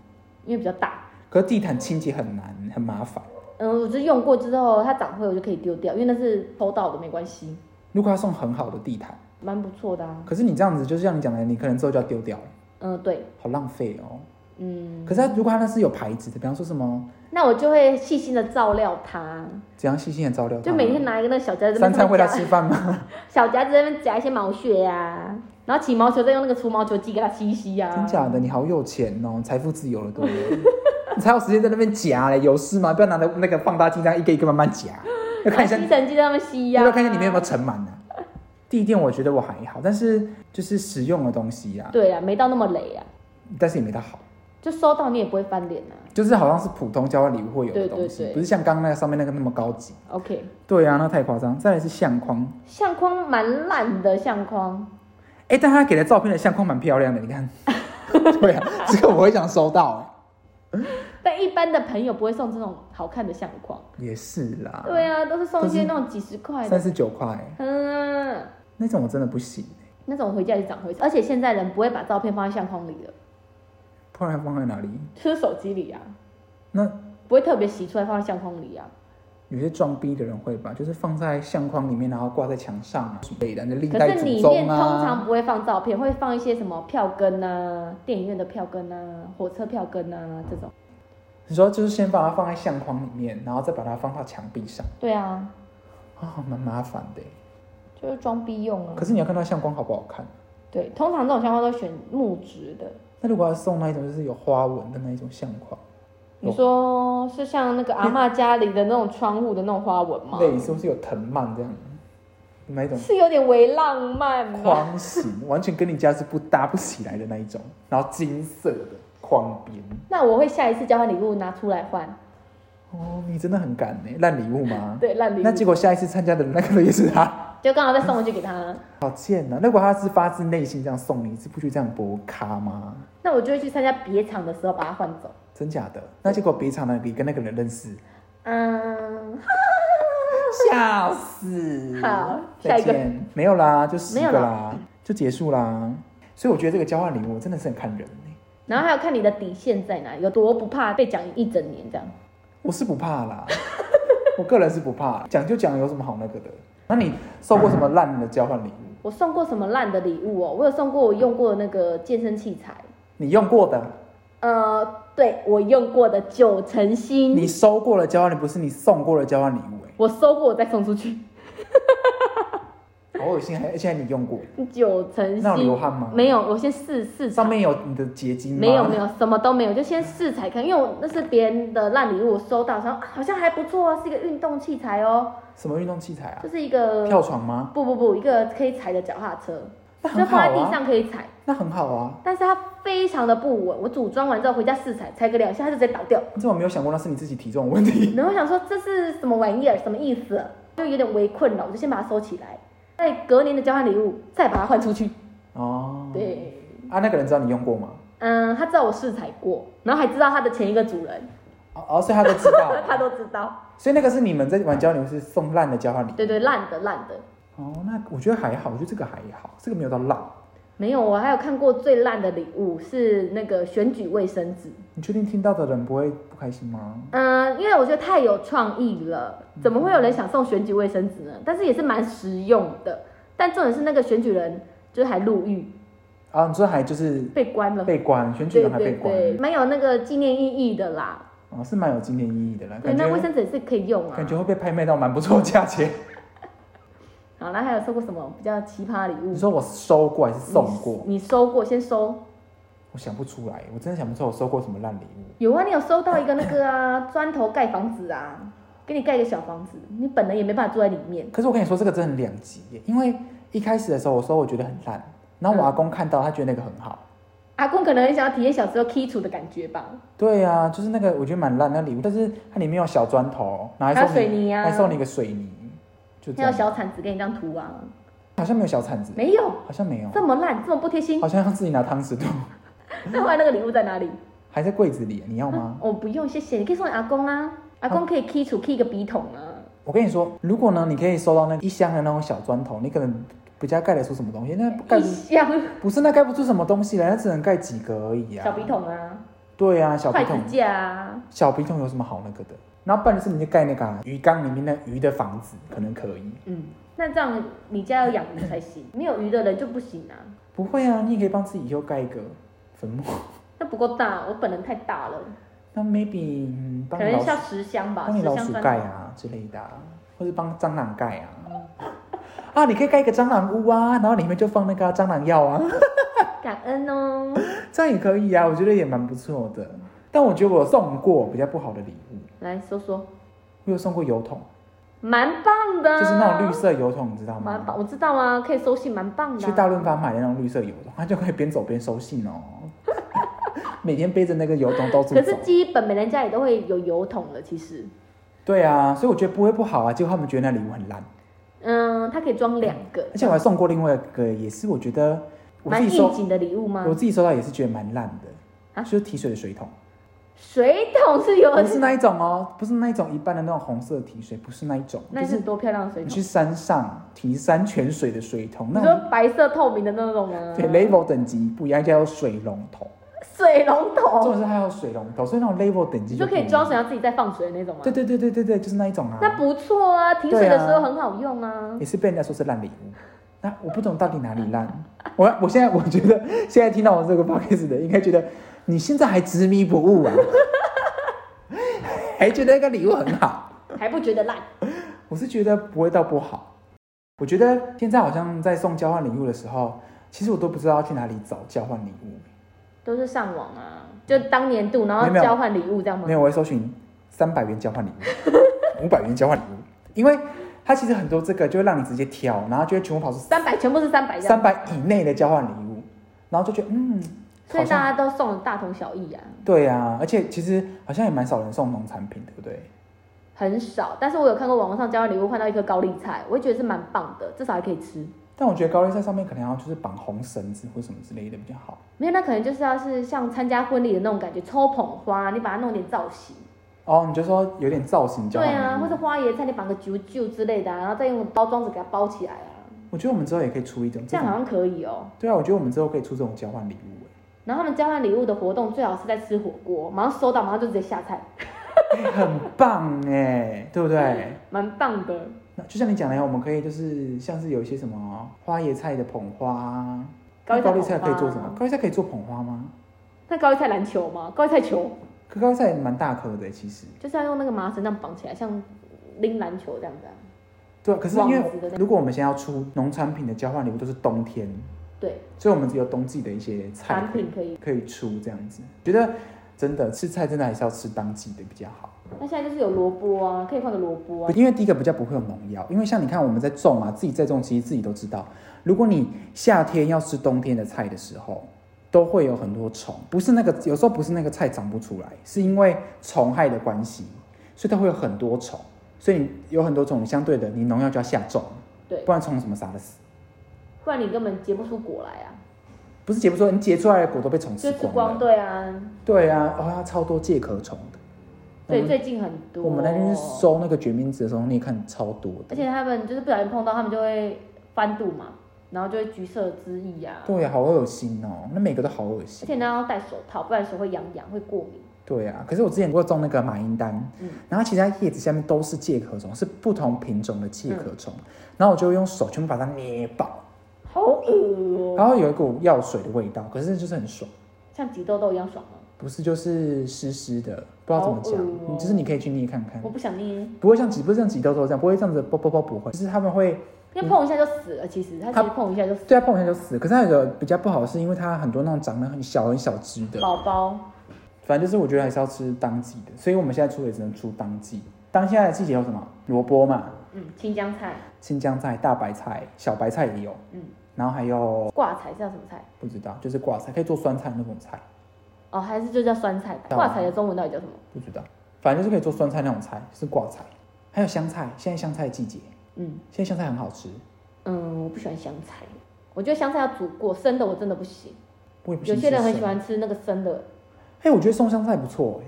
[SPEAKER 1] 因为比较大。
[SPEAKER 2] 可是地毯清洁很难，很麻烦。
[SPEAKER 1] 嗯，我就用过之后，它长灰我就可以丢掉，因为那是抽到的，没关系，
[SPEAKER 2] 如果他送很好的地毯，
[SPEAKER 1] 蛮不错的啊。
[SPEAKER 2] 可是你这样子，就像你讲的，你可能之后就要丢掉了，
[SPEAKER 1] 嗯，对，
[SPEAKER 2] 好浪费哦。
[SPEAKER 1] 嗯，
[SPEAKER 2] 可是他如果他那是有牌子的，比方说什么，
[SPEAKER 1] 那我就会细心的照料它，
[SPEAKER 2] 怎样细心的照料他，
[SPEAKER 1] 就每天拿一个那个小夹子在那边
[SPEAKER 2] 三
[SPEAKER 1] 夹，
[SPEAKER 2] 餐喂他吃饭 吗？
[SPEAKER 1] 小夹子在那边夹一些毛屑呀、啊，然后起毛球再用那个除毛球机给它吸一吸呀、啊。
[SPEAKER 2] 真假的，你好有钱哦，财富自由了，对不对？ 你才有时间在那边夹嘞，有事吗？不要拿着那个放大镜这样一个一个慢 慢夹，要看一下
[SPEAKER 1] 拿吸尘器在那边吸啊呀、
[SPEAKER 2] 要不要看一下里面有没有尘螨呢？第一垫我觉得我还好，但是就是实用的东西呀、
[SPEAKER 1] 对啊，没到那么累啊，
[SPEAKER 2] 但是也没它好，
[SPEAKER 1] 就收到你也不会翻脸啊。
[SPEAKER 2] 就是好像是普通交换礼物会有的
[SPEAKER 1] 对
[SPEAKER 2] 东西，
[SPEAKER 1] 对对
[SPEAKER 2] 不是像刚刚那个上面那个那么高级。
[SPEAKER 1] OK，
[SPEAKER 2] 对啊，那太夸张。再来是相框，
[SPEAKER 1] 相框蛮烂的相框，
[SPEAKER 2] 哎、但他给的照片的相框蛮漂亮的，你看。 对啊，这个我会想收到、
[SPEAKER 1] 但一般的朋友不会送这种好看的相框。
[SPEAKER 2] 也是啦。
[SPEAKER 1] 对啊，都是送一些那种几十块
[SPEAKER 2] 三
[SPEAKER 1] 的，
[SPEAKER 2] 十九块
[SPEAKER 1] 嗯，
[SPEAKER 2] 那种我真的不行，
[SPEAKER 1] 那种回家也长灰尘，而且现在人不会把照片放在相框里了，
[SPEAKER 2] 不然放在哪里？
[SPEAKER 1] 就是手机里啊，
[SPEAKER 2] 那
[SPEAKER 1] 不会特别洗出来放在相框里啊。
[SPEAKER 2] 有些装逼的人会吧，就是放在相框里面，然后挂在墙上啊之类的，那历
[SPEAKER 1] 可
[SPEAKER 2] 代
[SPEAKER 1] 是
[SPEAKER 2] 祖
[SPEAKER 1] 里面
[SPEAKER 2] 宗
[SPEAKER 1] 通常
[SPEAKER 2] 啊。
[SPEAKER 1] 不会放照片，会放一些什么票根啊、电影院的票根啊、火车票根啊这种。
[SPEAKER 2] 你说就是先把它放在相框里面，然后再把它放到墙壁上
[SPEAKER 1] 对啊，
[SPEAKER 2] 啊，蛮麻烦的耶。
[SPEAKER 1] 就是装逼用啊
[SPEAKER 2] 可。是你要看它相框好不好看。
[SPEAKER 1] 对，通常这种相框都选木质的。
[SPEAKER 2] 那如果要送那一种就是有花纹的那一种相框，
[SPEAKER 1] 你说是像那个阿嬷家里的那种窗户的那种花纹吗？
[SPEAKER 2] 类似或是有藤蔓这样，那一种
[SPEAKER 1] 是有点微浪漫吗？
[SPEAKER 2] 框型，完全跟你家是不搭不起来的那一种，然后金色的框边。
[SPEAKER 1] 那我会下一次交换礼物拿出来换。
[SPEAKER 2] 哦，你真的很敢呢，烂礼物吗？
[SPEAKER 1] 对，烂礼物。
[SPEAKER 2] 那结果下一次参加的那个人也是他，
[SPEAKER 1] 就刚好再送回去给他，
[SPEAKER 2] 好贱啊呐、那如果他是发自内心这样送你，是不去这样博咖吗？
[SPEAKER 1] 那我就会去参加别场的时候把它换走。
[SPEAKER 2] 真假的？那结果别场那里跟那个人认识，
[SPEAKER 1] 嗯，
[SPEAKER 2] 笑死。
[SPEAKER 1] 好
[SPEAKER 2] 再
[SPEAKER 1] 下一
[SPEAKER 2] 见。没有啦，就十
[SPEAKER 1] 没有
[SPEAKER 2] 个
[SPEAKER 1] 啦
[SPEAKER 2] 啦，就结束啦。所以我觉得这个交换礼物真的是很看人欸呢、
[SPEAKER 1] 然后还有看你的底线在哪里，有多不怕被讲一整年这样。
[SPEAKER 2] 我是不怕啦， 我个人是不怕，讲就讲，有什么好那个的？那你收过什么烂的交换礼物？
[SPEAKER 1] 我送过什么烂的礼物哦？我有送过我用过的那个健身器材，
[SPEAKER 2] 你用过的，
[SPEAKER 1] 呃，对我用过的九成
[SPEAKER 2] 你
[SPEAKER 1] 新，
[SPEAKER 2] 收过的交换礼物，不是你送过的交换礼物、
[SPEAKER 1] 我收过我再送出去，
[SPEAKER 2] 哎，好恶心，还而且还你用过，
[SPEAKER 1] 九成
[SPEAKER 2] 那有流
[SPEAKER 1] 新
[SPEAKER 2] 汗吗？
[SPEAKER 1] 没有，我先试试
[SPEAKER 2] 上
[SPEAKER 1] 踩，
[SPEAKER 2] 面有你的结晶吗？
[SPEAKER 1] 没有没有什么都没有，就先试踩看，因为我那是别人的烂礼物，我收到然后啊好像还不错哦，是一个运动器材哦，
[SPEAKER 2] 什么运动器材啊
[SPEAKER 1] 就？是一个
[SPEAKER 2] 跳床吗？
[SPEAKER 1] 不不不，一个可以踩的脚踏车，
[SPEAKER 2] 那
[SPEAKER 1] 就
[SPEAKER 2] 很好
[SPEAKER 1] 放在地
[SPEAKER 2] 啊，
[SPEAKER 1] 上可以踩，
[SPEAKER 2] 那很好啊。
[SPEAKER 1] 但是它非常的不稳。我组装完之后回家试踩，踩个两下它就直接倒掉。
[SPEAKER 2] 你怎么没有想过那是你自己体重的 问题？
[SPEAKER 1] 然后我想说这是什么玩意儿，什么意思、啊？就有点围困了，我就先把它收起来。在隔年的交换礼物再把它换出去。
[SPEAKER 2] 哦，，
[SPEAKER 1] 对，
[SPEAKER 2] 啊，那个人知道你用过吗？
[SPEAKER 1] 嗯，他知道我试踩过，然后还知道他的前一个主人，
[SPEAKER 2] 哦，哦所以他都知
[SPEAKER 1] 他
[SPEAKER 2] 道，
[SPEAKER 1] 都知道。
[SPEAKER 2] 所以那个是你们在玩交换礼物是送烂的交换礼物。
[SPEAKER 1] 对对，烂的烂的，
[SPEAKER 2] 哦，那我觉得还好，我觉得这个还好，这个没有到烂。
[SPEAKER 1] 没有。我还有看过最烂的礼物是那个选举卫生纸，
[SPEAKER 2] 你确定听到的人不会不开心吗？
[SPEAKER 1] 嗯，因为我觉得太有创意了，怎么会有人想送选举卫生纸呢？但是也是蛮实用的。但重点是那个选举人就是还入狱，
[SPEAKER 2] 啊，你说还就是
[SPEAKER 1] 被关了。
[SPEAKER 2] 被关，选举
[SPEAKER 1] 对
[SPEAKER 2] 人还
[SPEAKER 1] 对
[SPEAKER 2] 被关，
[SPEAKER 1] 对，蛮有那个纪念意义的啦。
[SPEAKER 2] 啊，是蛮有纪念意义的啦，
[SPEAKER 1] 对，
[SPEAKER 2] 感
[SPEAKER 1] 那卫
[SPEAKER 2] 觉
[SPEAKER 1] 生纸也是可以用啊
[SPEAKER 2] 感。觉会被拍卖到蛮不错的价钱。
[SPEAKER 1] 好，那还有收过什么比较奇葩的礼物？
[SPEAKER 2] 你说我收过还是送过？
[SPEAKER 1] 你你收过？先收。
[SPEAKER 2] 我想不出来，我真的想不出来我收过什么烂礼物。
[SPEAKER 1] 有啊，你有收到一个那个啊， 砖头盖房子啊，给你盖一个小房子，你本人也没办法住在里面。
[SPEAKER 2] 可是我跟你说，这个真的很两极耶，因为一开始的时候我说我觉得很烂，然后我
[SPEAKER 1] 嗯
[SPEAKER 2] 阿公看到他觉得那个很好。
[SPEAKER 1] 阿公可能很想要体验小时候剔除的感觉吧。
[SPEAKER 2] 对啊，就是那个我觉得蛮烂那礼物，但是它里面有小砖头，然后
[SPEAKER 1] 还有
[SPEAKER 2] 还送你
[SPEAKER 1] 水泥啊
[SPEAKER 2] 还送你一个水泥，就这
[SPEAKER 1] 还有
[SPEAKER 2] 样。
[SPEAKER 1] 小铲子给你这样涂啊，
[SPEAKER 2] 好像没有小铲子，
[SPEAKER 1] 没有，
[SPEAKER 2] 好像没有，
[SPEAKER 1] 这么烂，这么不贴心。
[SPEAKER 2] 好像要自己拿汤匙剁。
[SPEAKER 1] 那后来那个礼物在哪里？
[SPEAKER 2] 还在柜子里，你要哦吗？
[SPEAKER 1] 我不用，谢谢。你可以送给阿公啊，阿公可以剔除剔一个笔筒啊。
[SPEAKER 2] 我跟你说，如果呢，你可以收到那一箱的那种小砖头，你可能比较盖得出什么东西，那盖
[SPEAKER 1] 一
[SPEAKER 2] 不
[SPEAKER 1] 箱
[SPEAKER 2] 不是那盖不出什么东西来，那只能盖几个而已啊。
[SPEAKER 1] 小笔筒啊，
[SPEAKER 2] 对啊，小笔
[SPEAKER 1] 筷
[SPEAKER 2] 筒
[SPEAKER 1] 子架啊，
[SPEAKER 2] 小笔筒有什么好那个的？然后不然就是你就盖那个啊、鱼缸里面那鱼的房子，可能可以。
[SPEAKER 1] 嗯，那这样你家要养鱼才 行，没有鱼的人就不行啊。
[SPEAKER 2] 不会啊，你也可以帮自己以后盖一个坟墓。
[SPEAKER 1] 那不够大，我本人太大了，
[SPEAKER 2] 那 maybe 嗯，
[SPEAKER 1] 可
[SPEAKER 2] 帮你
[SPEAKER 1] 能
[SPEAKER 2] 老
[SPEAKER 1] 像
[SPEAKER 2] 鼠，
[SPEAKER 1] 十箱吧，
[SPEAKER 2] 帮
[SPEAKER 1] 十
[SPEAKER 2] 你老
[SPEAKER 1] 箱
[SPEAKER 2] 鼠
[SPEAKER 1] 砖
[SPEAKER 2] 盖啊之类的、啊，或是帮蟑螂盖啊。啊，你可以盖一个蟑螂屋啊，然后里面就放那个啊、蟑螂药啊，
[SPEAKER 1] 感恩 哦。
[SPEAKER 2] 这样也可以啊，我觉得也蛮不错的。但我觉得我送过比较不好的礼物，
[SPEAKER 1] 来说说，
[SPEAKER 2] 我有送过油桶，
[SPEAKER 1] 蛮棒的，
[SPEAKER 2] 就是那种绿，色油桶，你知道
[SPEAKER 1] 啊蛮棒，
[SPEAKER 2] 吗？
[SPEAKER 1] 我知道啊，可以收信，蛮棒的啊、
[SPEAKER 2] 去大润发买的那种绿色油桶，它 就可以边走边收信哦， 每天背着那个油桶到处
[SPEAKER 1] 可
[SPEAKER 2] 走
[SPEAKER 1] 是。基本每人家里都会有油桶了，其实，
[SPEAKER 2] 对啊，所以我觉得不会不好啊，结果他们觉得那礼物很烂。
[SPEAKER 1] 嗯，它可以装两个，
[SPEAKER 2] 而且我还送过另外一个，也是我觉得我
[SPEAKER 1] 蛮
[SPEAKER 2] 自己
[SPEAKER 1] 应
[SPEAKER 2] 收，
[SPEAKER 1] 景的礼物吗
[SPEAKER 2] 我？自己收到也是觉得蛮烂的，
[SPEAKER 1] 啊
[SPEAKER 2] 就是提水的水 桶，
[SPEAKER 1] 水桶是有，
[SPEAKER 2] 不是那一种哦，不是那一种一般的那种红色提水，不是那一种，
[SPEAKER 1] 那
[SPEAKER 2] 就是是
[SPEAKER 1] 多漂亮的水
[SPEAKER 2] 你
[SPEAKER 1] 桶
[SPEAKER 2] 去！山上提山泉水的水桶，
[SPEAKER 1] 你
[SPEAKER 2] 那
[SPEAKER 1] 说
[SPEAKER 2] 种
[SPEAKER 1] 白色透明的那种吗？
[SPEAKER 2] 对 level 等级不一样，叫水龙头，
[SPEAKER 1] 水龙
[SPEAKER 2] 重
[SPEAKER 1] 头，
[SPEAKER 2] 点是它有水龙头，所以那种 level 等级
[SPEAKER 1] 哦你就
[SPEAKER 2] 不
[SPEAKER 1] 可
[SPEAKER 2] 一
[SPEAKER 1] 以
[SPEAKER 2] 样
[SPEAKER 1] 装水，然后自己再放水的那种吗？
[SPEAKER 2] 对对对对对对，就是那一种啊，
[SPEAKER 1] 那不错啊，停水的时候很好用啊。
[SPEAKER 2] 也是被人家说是烂礼物。那我不懂到底哪里烂。 我我现在我觉得 现在听到我这个 podcast 的，应该觉得你现在还执迷不悟啊， 还觉得那个礼物很好。
[SPEAKER 1] 还不觉得烂？
[SPEAKER 2] 我是觉得不会到不好。我觉得现在好像在送交换礼物的时候，其实我都不知道要去哪里找交换礼物。
[SPEAKER 1] 都是上网啊，就当年度，然后
[SPEAKER 2] 没有没有
[SPEAKER 1] 交换礼物这样吗
[SPEAKER 2] 没？有，我会搜寻三百元交换礼 物、五百元交换礼物，因为它其实很多这个就会让你直接挑，然后就会全部跑出
[SPEAKER 1] 三百全部是三百这样，
[SPEAKER 2] 三百以内的交换礼物，然后就觉得嗯，
[SPEAKER 1] 所以
[SPEAKER 2] 好像
[SPEAKER 1] 大家都送的大同小异啊，
[SPEAKER 2] 对啊，而且其实好像也蛮少人送农产品，对不对？
[SPEAKER 1] 很少。但是我有看过网络上交换礼物，看到一颗高丽菜，我也觉得是蛮棒的，至少还可以吃。
[SPEAKER 2] 但我觉得高丽菜上面可能要就是绑红绳子或什么之类的比较好。
[SPEAKER 1] 没有，那可能就是要是像参加婚礼的那种感觉，抽捧花，你把它弄点造型。
[SPEAKER 2] 哦，你就说有点造型交
[SPEAKER 1] 对
[SPEAKER 2] 换礼物
[SPEAKER 1] 啊，或者花椰菜，你绑个啾啾之类的、啊，然后再用包装纸给它包起来啊，
[SPEAKER 2] 我觉得我们之后也可以出一种
[SPEAKER 1] 这
[SPEAKER 2] 这
[SPEAKER 1] 样好
[SPEAKER 2] 种，
[SPEAKER 1] 像可以哦。
[SPEAKER 2] 对啊，我觉得我们之后可以出这种交换礼物、
[SPEAKER 1] 然后他们交换礼物的活动最好是在吃火锅，马上收到，马上就直接下菜，
[SPEAKER 2] 哎很棒哎，对
[SPEAKER 1] 嗯
[SPEAKER 2] 不对？
[SPEAKER 1] 蛮棒的。
[SPEAKER 2] 那就像你讲的呀，我们可以就是像是有一些什么花椰菜的捧花，啊
[SPEAKER 1] 高丽菜
[SPEAKER 2] 高丽菜可以做什
[SPEAKER 1] 捧花
[SPEAKER 2] 么？
[SPEAKER 1] 啊
[SPEAKER 2] 高丽菜可以做捧花吗？
[SPEAKER 1] 那高丽菜篮球吗？高丽菜球
[SPEAKER 2] 可高丽菜蛮大颗的其实，
[SPEAKER 1] 就是要用那个麻绳这样绑起来，像拎篮球这样子、啊。
[SPEAKER 2] 对啊、可是因为
[SPEAKER 1] 网子的那种
[SPEAKER 2] 如果我们现在要出农产品的交换礼物，都是冬天，
[SPEAKER 1] 对，
[SPEAKER 2] 所以我们只有冬季的一些菜
[SPEAKER 1] 产品可以。
[SPEAKER 2] 可以出这样子。觉得真的吃菜真的还是要吃当季的比较好，
[SPEAKER 1] 那现在就是有萝卜啊，可以放个萝卜啊。
[SPEAKER 2] 因为第一个比较不会有农药，因为像你看我们在种啊，自己在种，其实自己都知道，如果你夏天要吃冬天的菜的时候。都会有很多虫，不是那个，有时候不是那个菜长不出来，是因为虫害的关系，所以它会有很多虫，所以你有很多虫，相对的你农药就要下重，
[SPEAKER 1] 对
[SPEAKER 2] 不，然虫怎么杀得死？
[SPEAKER 1] 不然你根本结不出果来啊，
[SPEAKER 2] 不是结不说，你结出来的果都被虫
[SPEAKER 1] 就
[SPEAKER 2] 吃
[SPEAKER 1] 吃
[SPEAKER 2] 光
[SPEAKER 1] 光
[SPEAKER 2] 了。
[SPEAKER 1] 对啊。
[SPEAKER 2] 对啊，哦，它超多介壳虫的。
[SPEAKER 1] 对，
[SPEAKER 2] 我们
[SPEAKER 1] 最近很多。
[SPEAKER 2] 我们那天去收那个决明子的时候，你也看超多的。
[SPEAKER 1] 而且他们就是不小心碰到，他们就会翻肚嘛，然后就会橘色之意啊。
[SPEAKER 2] 对啊，好恶心哦，那每个都好恶
[SPEAKER 1] 而
[SPEAKER 2] 心。
[SPEAKER 1] 且你要戴手套，不然手会痒痒，会过敏。
[SPEAKER 2] 对啊，可是我之前过种那个马英丹，
[SPEAKER 1] 嗯
[SPEAKER 2] 然后其实它叶子下面都是介壳虫，是不同品种的介壳
[SPEAKER 1] 嗯
[SPEAKER 2] 虫，然后我就用手全部把它捏爆，
[SPEAKER 1] 好恶哦、
[SPEAKER 2] 然后有一股药水的味道，可是就是很爽，
[SPEAKER 1] 像挤痘痘一样爽啊吗？
[SPEAKER 2] 不是就是湿湿的，不知道怎么
[SPEAKER 1] 好
[SPEAKER 2] 讲，
[SPEAKER 1] 恶哦
[SPEAKER 2] 你就是你可以去捏看看
[SPEAKER 1] 我，不想捏，
[SPEAKER 2] 不会像挤，不是像挤痘痘这样，不会这样子啵啵啵不会，就是他们会
[SPEAKER 1] 因为碰一下就死了。其实它其实碰一下就死
[SPEAKER 2] 对它碰一下就死，可是它有个比较不好的是因为它很多那种长得很小很小只的，
[SPEAKER 1] 宝宝。
[SPEAKER 2] 反正就是我觉得还是要吃当季的，所以我们现在出也只能出当季。当下的季节有什么？萝卜嘛，
[SPEAKER 1] 嗯，青江菜，
[SPEAKER 2] 新疆菜、大白菜、小白菜也有，
[SPEAKER 1] 嗯，
[SPEAKER 2] 然后还有
[SPEAKER 1] 挂菜是叫什么菜？
[SPEAKER 2] 不知道，就是挂菜，可以做酸菜那种菜，
[SPEAKER 1] 哦，还是就叫酸菜吧。
[SPEAKER 2] 叫
[SPEAKER 1] 挂菜的中文到底叫什么？
[SPEAKER 2] 不知道，反正就是可以做酸菜那种菜，就是挂菜。还有香菜，现在香菜的季节，
[SPEAKER 1] 嗯
[SPEAKER 2] 现在香菜很好吃，
[SPEAKER 1] 嗯，我不喜欢香菜，我觉得香菜要煮过，生的我真的不行。
[SPEAKER 2] 我也不
[SPEAKER 1] 有
[SPEAKER 2] 信
[SPEAKER 1] 些人
[SPEAKER 2] 是
[SPEAKER 1] 很
[SPEAKER 2] 谁
[SPEAKER 1] 喜。欢吃那个生的，
[SPEAKER 2] 哎，我觉得送香菜不错哎，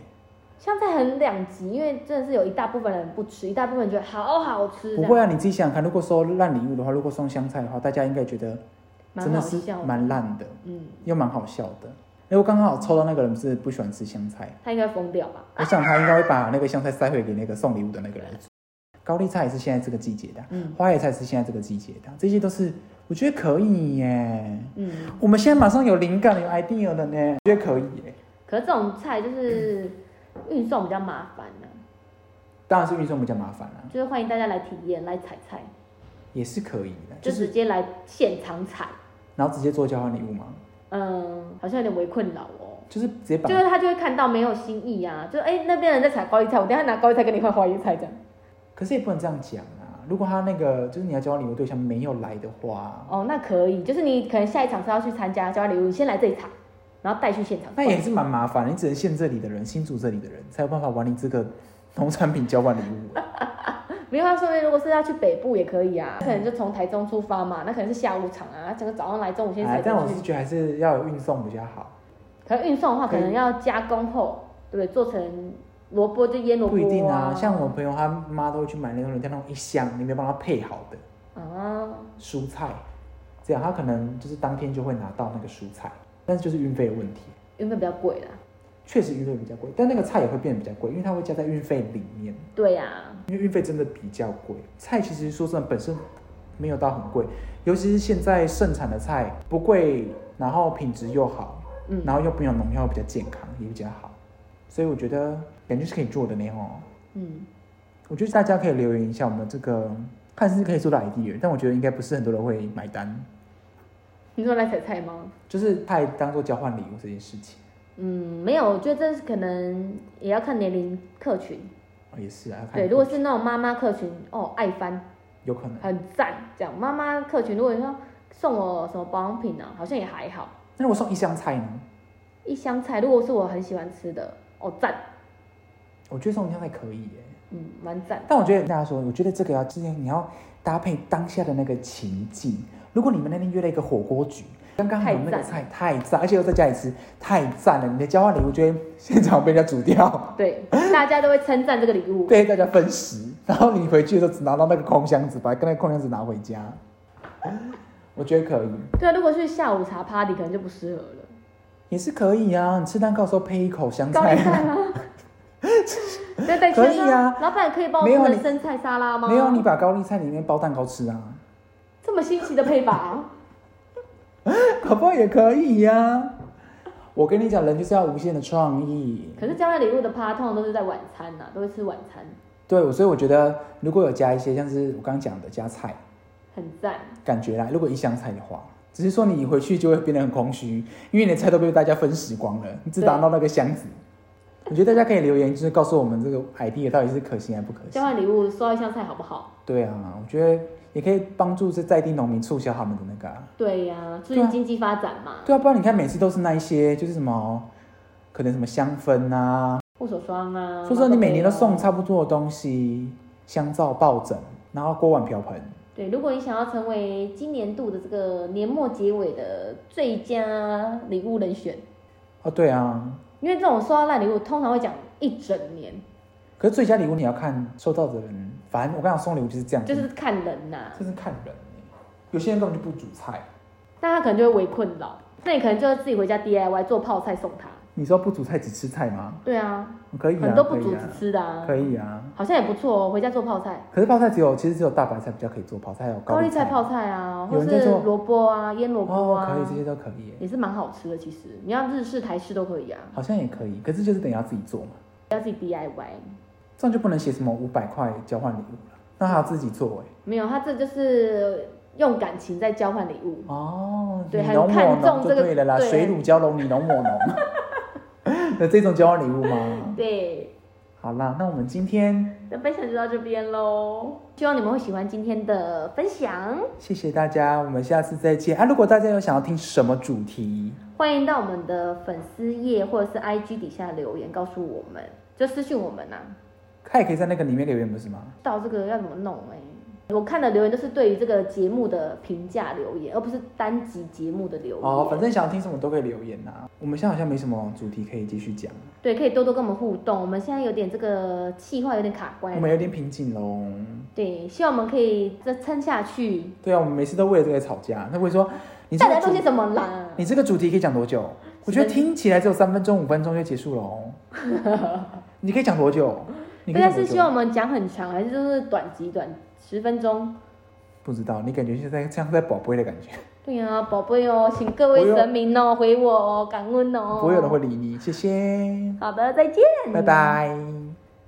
[SPEAKER 1] 香菜很两极，因为真的是有一大部分人不吃，一大部分人觉得好好吃，
[SPEAKER 2] 不会啊，你自己想想看，如果收烂礼物的话，如果送香菜的话，大家应该觉得
[SPEAKER 1] 这样蛮
[SPEAKER 2] 真的
[SPEAKER 1] 好
[SPEAKER 2] 是
[SPEAKER 1] 笑的。
[SPEAKER 2] 蛮烂的，
[SPEAKER 1] 嗯，
[SPEAKER 2] 又蛮好笑的。如果刚好抽到那个人是不喜欢吃香菜，
[SPEAKER 1] 他应该疯掉吧？
[SPEAKER 2] 我想他应该会把那个香菜塞回给那个送礼物的那 个人。高丽菜也是现在这个季节的，啊
[SPEAKER 1] 嗯
[SPEAKER 2] 花椰菜是现在这个季节的，这些都是我觉得可以耶。
[SPEAKER 1] 嗯，
[SPEAKER 2] 我们现在马上有灵感了，有 idea 了呢，我觉得可以耶。
[SPEAKER 1] 可是这种菜就是运送比较麻烦呢、
[SPEAKER 2] 当然是运送比较麻烦啦、
[SPEAKER 1] 就是欢迎大家来体验来采菜，
[SPEAKER 2] 也是可以的，
[SPEAKER 1] 就
[SPEAKER 2] 就是
[SPEAKER 1] 直接来现场采。
[SPEAKER 2] 然后直接做交换礼物嘛，
[SPEAKER 1] 嗯，好像有点为困扰哦。
[SPEAKER 2] 就是直接把
[SPEAKER 1] 就是他就会看到没有新意啊，就哎、那边人在采高丽菜，我等一下拿高丽菜跟你换花椰菜这样。
[SPEAKER 2] 可是也不能这样讲啊！如果他那个就是你要交换礼物对象没有来的话，
[SPEAKER 1] 哦，那可以，就是你可能下一场是要去参加交换礼物，你先来这一场，然后带去现场。
[SPEAKER 2] 那也是蛮麻烦的。你只能限这里的人、新竹这里的人才有办法玩你这个农产品交换礼物。啊
[SPEAKER 1] 没有，他说明如果是要去北部也可以啊，可能就从台中出发嘛，那可能是下午场啊，整个早上来，中午 先
[SPEAKER 2] 哎
[SPEAKER 1] 采，
[SPEAKER 2] 但
[SPEAKER 1] 过
[SPEAKER 2] 我是
[SPEAKER 1] 去。
[SPEAKER 2] 觉得还是要有运送比较好，
[SPEAKER 1] 可能运送的话，
[SPEAKER 2] 可
[SPEAKER 1] 可
[SPEAKER 2] 以
[SPEAKER 1] 能要加工后，对不对？做成萝卜就腌萝卜、
[SPEAKER 2] 不一定啊。像我朋友他妈都会去买那种人家那种一箱里面帮他配好的
[SPEAKER 1] 啊，
[SPEAKER 2] 蔬菜，这样他可能就是当天就会拿到那个蔬菜，但是就是运费的问题，
[SPEAKER 1] 运费比较贵啦。
[SPEAKER 2] 确实运费比较贵，但那个菜也会变得比较贵，因为它会加在运费里面。
[SPEAKER 1] 对呀、啊，
[SPEAKER 2] 因为运费真的比较贵。菜其实说真的本身没有到很贵，尤其是现在盛产的菜不贵，然后品质又好，
[SPEAKER 1] 嗯
[SPEAKER 2] 然后又没有农药，比较健康也比较好，所以我觉得感觉是可以做的呢哦。
[SPEAKER 1] 嗯，
[SPEAKER 2] 我觉得大家可以留言一下我们这个看似可以做的 idea，但我觉得应该不是很多人会买单，
[SPEAKER 1] 你说来采菜吗？
[SPEAKER 2] 就是菜当做交换礼物这件事情。
[SPEAKER 1] 嗯，没有，我觉得这是可能也要看年龄客群。
[SPEAKER 2] 哦也是啊，看
[SPEAKER 1] 对，如果是那种妈妈客群，哦，爱翻，
[SPEAKER 2] 有可能，
[SPEAKER 1] 很赞，这样妈妈客群，如果你说送我什么保养品啊，好像也还好。
[SPEAKER 2] 那如果送一箱菜呢？
[SPEAKER 1] 一箱菜，如果是我很喜欢吃的，哦，赞，
[SPEAKER 2] 我觉得送一箱菜可以耶、
[SPEAKER 1] 嗯，蛮赞。
[SPEAKER 2] 但我觉得大家说，我觉得这个要之前你要搭配当下的那个情境。如果你们那天约了一个火锅局，刚刚好有那个菜太赞，而且又在家里吃，太赞了！你的交换礼物就会现场被人家煮掉，
[SPEAKER 1] 对，大家都会称赞这个礼物。
[SPEAKER 2] 被大家分食。然后你回去的时候只拿到那个空箱子，把那个空箱子拿回家。 我觉得可以，
[SPEAKER 1] 对啊，如果去下午茶 party，可能就不适合了。
[SPEAKER 2] 也是可以啊。你吃蛋糕的时候配一口香
[SPEAKER 1] 高丽
[SPEAKER 2] 菜，
[SPEAKER 1] 菜吗？对，带
[SPEAKER 2] 可以啊
[SPEAKER 1] 老板可以帮我
[SPEAKER 2] 没有
[SPEAKER 1] 做
[SPEAKER 2] 你
[SPEAKER 1] 成生菜沙拉吗？
[SPEAKER 2] 没有你把高丽菜里面包蛋糕吃啊，
[SPEAKER 1] 这么新奇的配法、
[SPEAKER 2] 可不好也可以呀、我跟你讲，人就是要无限的创意。
[SPEAKER 1] 可是交换礼物的趴通常都是在晚餐呐、都会吃晚餐，
[SPEAKER 2] 对，我所以我觉得如果有加一些像是我刚刚讲的加菜，
[SPEAKER 1] 很赞。
[SPEAKER 2] 感觉啦，如果一箱菜的话，只是说你回去就会变得很空虚，因为你的菜都被大家分食光了，你只拿到那个箱子。我觉得大家可以留言，就是告诉我们这个 idea 到底是可行还不可
[SPEAKER 1] 交
[SPEAKER 2] 行。
[SPEAKER 1] 换礼物收到一箱菜好不好？
[SPEAKER 2] 对啊，我觉得也可以帮助这在地农民促销他们的那个、啊。
[SPEAKER 1] 对呀、促
[SPEAKER 2] 对啊
[SPEAKER 1] 进经济发展嘛。
[SPEAKER 2] 对啊，不然你看每次都是那一些，就是什么，可能什么香氛啊，
[SPEAKER 1] 护手霜啊，
[SPEAKER 2] 说说你每年都
[SPEAKER 1] 毛
[SPEAKER 2] 送
[SPEAKER 1] 豆
[SPEAKER 2] 差不多的东西，香皂、抱枕，然后锅碗瓢盆。
[SPEAKER 1] 对，如果你想要成为今年度的这个年末结尾的最佳礼物人选，
[SPEAKER 2] 哦，对啊，
[SPEAKER 1] 因为这种收到烂礼物通常会讲一整年，
[SPEAKER 2] 可是最佳礼物你要看收到的人，反正我刚刚送礼物就是这样子，
[SPEAKER 1] 就是看人呐、
[SPEAKER 2] 就是看人欸。有些人根本就不煮菜，
[SPEAKER 1] 那他可能就会为困扰，那你可能就自己回家 DIY 做泡菜送他。
[SPEAKER 2] 你说不煮菜只吃菜吗？
[SPEAKER 1] 对啊，
[SPEAKER 2] 可以啊，
[SPEAKER 1] 很多不
[SPEAKER 2] 可
[SPEAKER 1] 煮
[SPEAKER 2] 以
[SPEAKER 1] 只
[SPEAKER 2] 啊，
[SPEAKER 1] 吃的啊，
[SPEAKER 2] 可以啊。
[SPEAKER 1] 好像也不错哦，回家做泡菜。
[SPEAKER 2] 可是泡菜只有，其实只有大白菜比较可以做泡菜，还有
[SPEAKER 1] 高丽
[SPEAKER 2] 丽
[SPEAKER 1] 菜泡
[SPEAKER 2] 菜，
[SPEAKER 1] 菜啊，或
[SPEAKER 2] 有人
[SPEAKER 1] 是
[SPEAKER 2] 在做
[SPEAKER 1] 萝卜啊，腌萝卜
[SPEAKER 2] 哦
[SPEAKER 1] 啊，，
[SPEAKER 2] 可以，这些都可以欸，
[SPEAKER 1] 也是蛮好吃的。其实你要日式、台式都可以啊，
[SPEAKER 2] 好像也可以。可是就是等于要自己做嘛，
[SPEAKER 1] 要自己 DIY。
[SPEAKER 2] 这样就不能写什么五百块交换礼物了，那还要自己做哎。
[SPEAKER 1] 没有，他这就是用感情在交换礼物。
[SPEAKER 2] 哦，
[SPEAKER 1] 对
[SPEAKER 2] 你
[SPEAKER 1] 很
[SPEAKER 2] 容我
[SPEAKER 1] 看
[SPEAKER 2] 浓
[SPEAKER 1] 重
[SPEAKER 2] 就
[SPEAKER 1] 这个
[SPEAKER 2] 对了啦，
[SPEAKER 1] 对
[SPEAKER 2] 水乳交融，你浓我浓。 那这种交换礼物吗？
[SPEAKER 1] 对，
[SPEAKER 2] 好啦，那我们今天
[SPEAKER 1] 那分享就到这边喽，希望你们会喜欢今天的分享，
[SPEAKER 2] 谢谢大家，我们下次再见啊！如果大家有想要听什么主题，
[SPEAKER 1] 欢迎到我们的粉丝页或者是 IG 底下留言告诉我们，就私信我们呐、啊
[SPEAKER 2] 他也可以在那个里面留言，不是吗？
[SPEAKER 1] 到这个要怎么弄哎、我看的留言都是对于这个节目的评价留言，而不是单集节目的留言。
[SPEAKER 2] 哦，反正想要听什么都可以留言呐、啊我们现在好像没什么主题可以继续讲，
[SPEAKER 1] 对，可以多多跟我们互动。我们现在有点这个气话有点卡关
[SPEAKER 2] 我，们有点瓶颈喽。
[SPEAKER 1] 对，希望我们可以再撑下去。
[SPEAKER 2] 对啊，我们每次都为了这个吵架。那会说，你这
[SPEAKER 1] 大家
[SPEAKER 2] 个
[SPEAKER 1] 都
[SPEAKER 2] 主
[SPEAKER 1] 些什么啦？
[SPEAKER 2] 你这个主题可以讲多久？我觉得听起来只有三分钟、五分钟就结束了哦。 你可以讲多久？你可
[SPEAKER 1] 大
[SPEAKER 2] 以
[SPEAKER 1] 家
[SPEAKER 2] 讲
[SPEAKER 1] 是
[SPEAKER 2] 多
[SPEAKER 1] 希
[SPEAKER 2] 久？
[SPEAKER 1] 望我们讲很长，还是就是短极短十分钟？
[SPEAKER 2] 不知道，你感觉是在像在宝贝的感觉，
[SPEAKER 1] 对啊，宝贝哦，请各
[SPEAKER 2] 不
[SPEAKER 1] 位
[SPEAKER 2] 用
[SPEAKER 1] 神明哦，回我哦，感恩哦。嗯
[SPEAKER 2] 不会有人会理你。谢谢，
[SPEAKER 1] 好的，再见。
[SPEAKER 2] 拜。拜。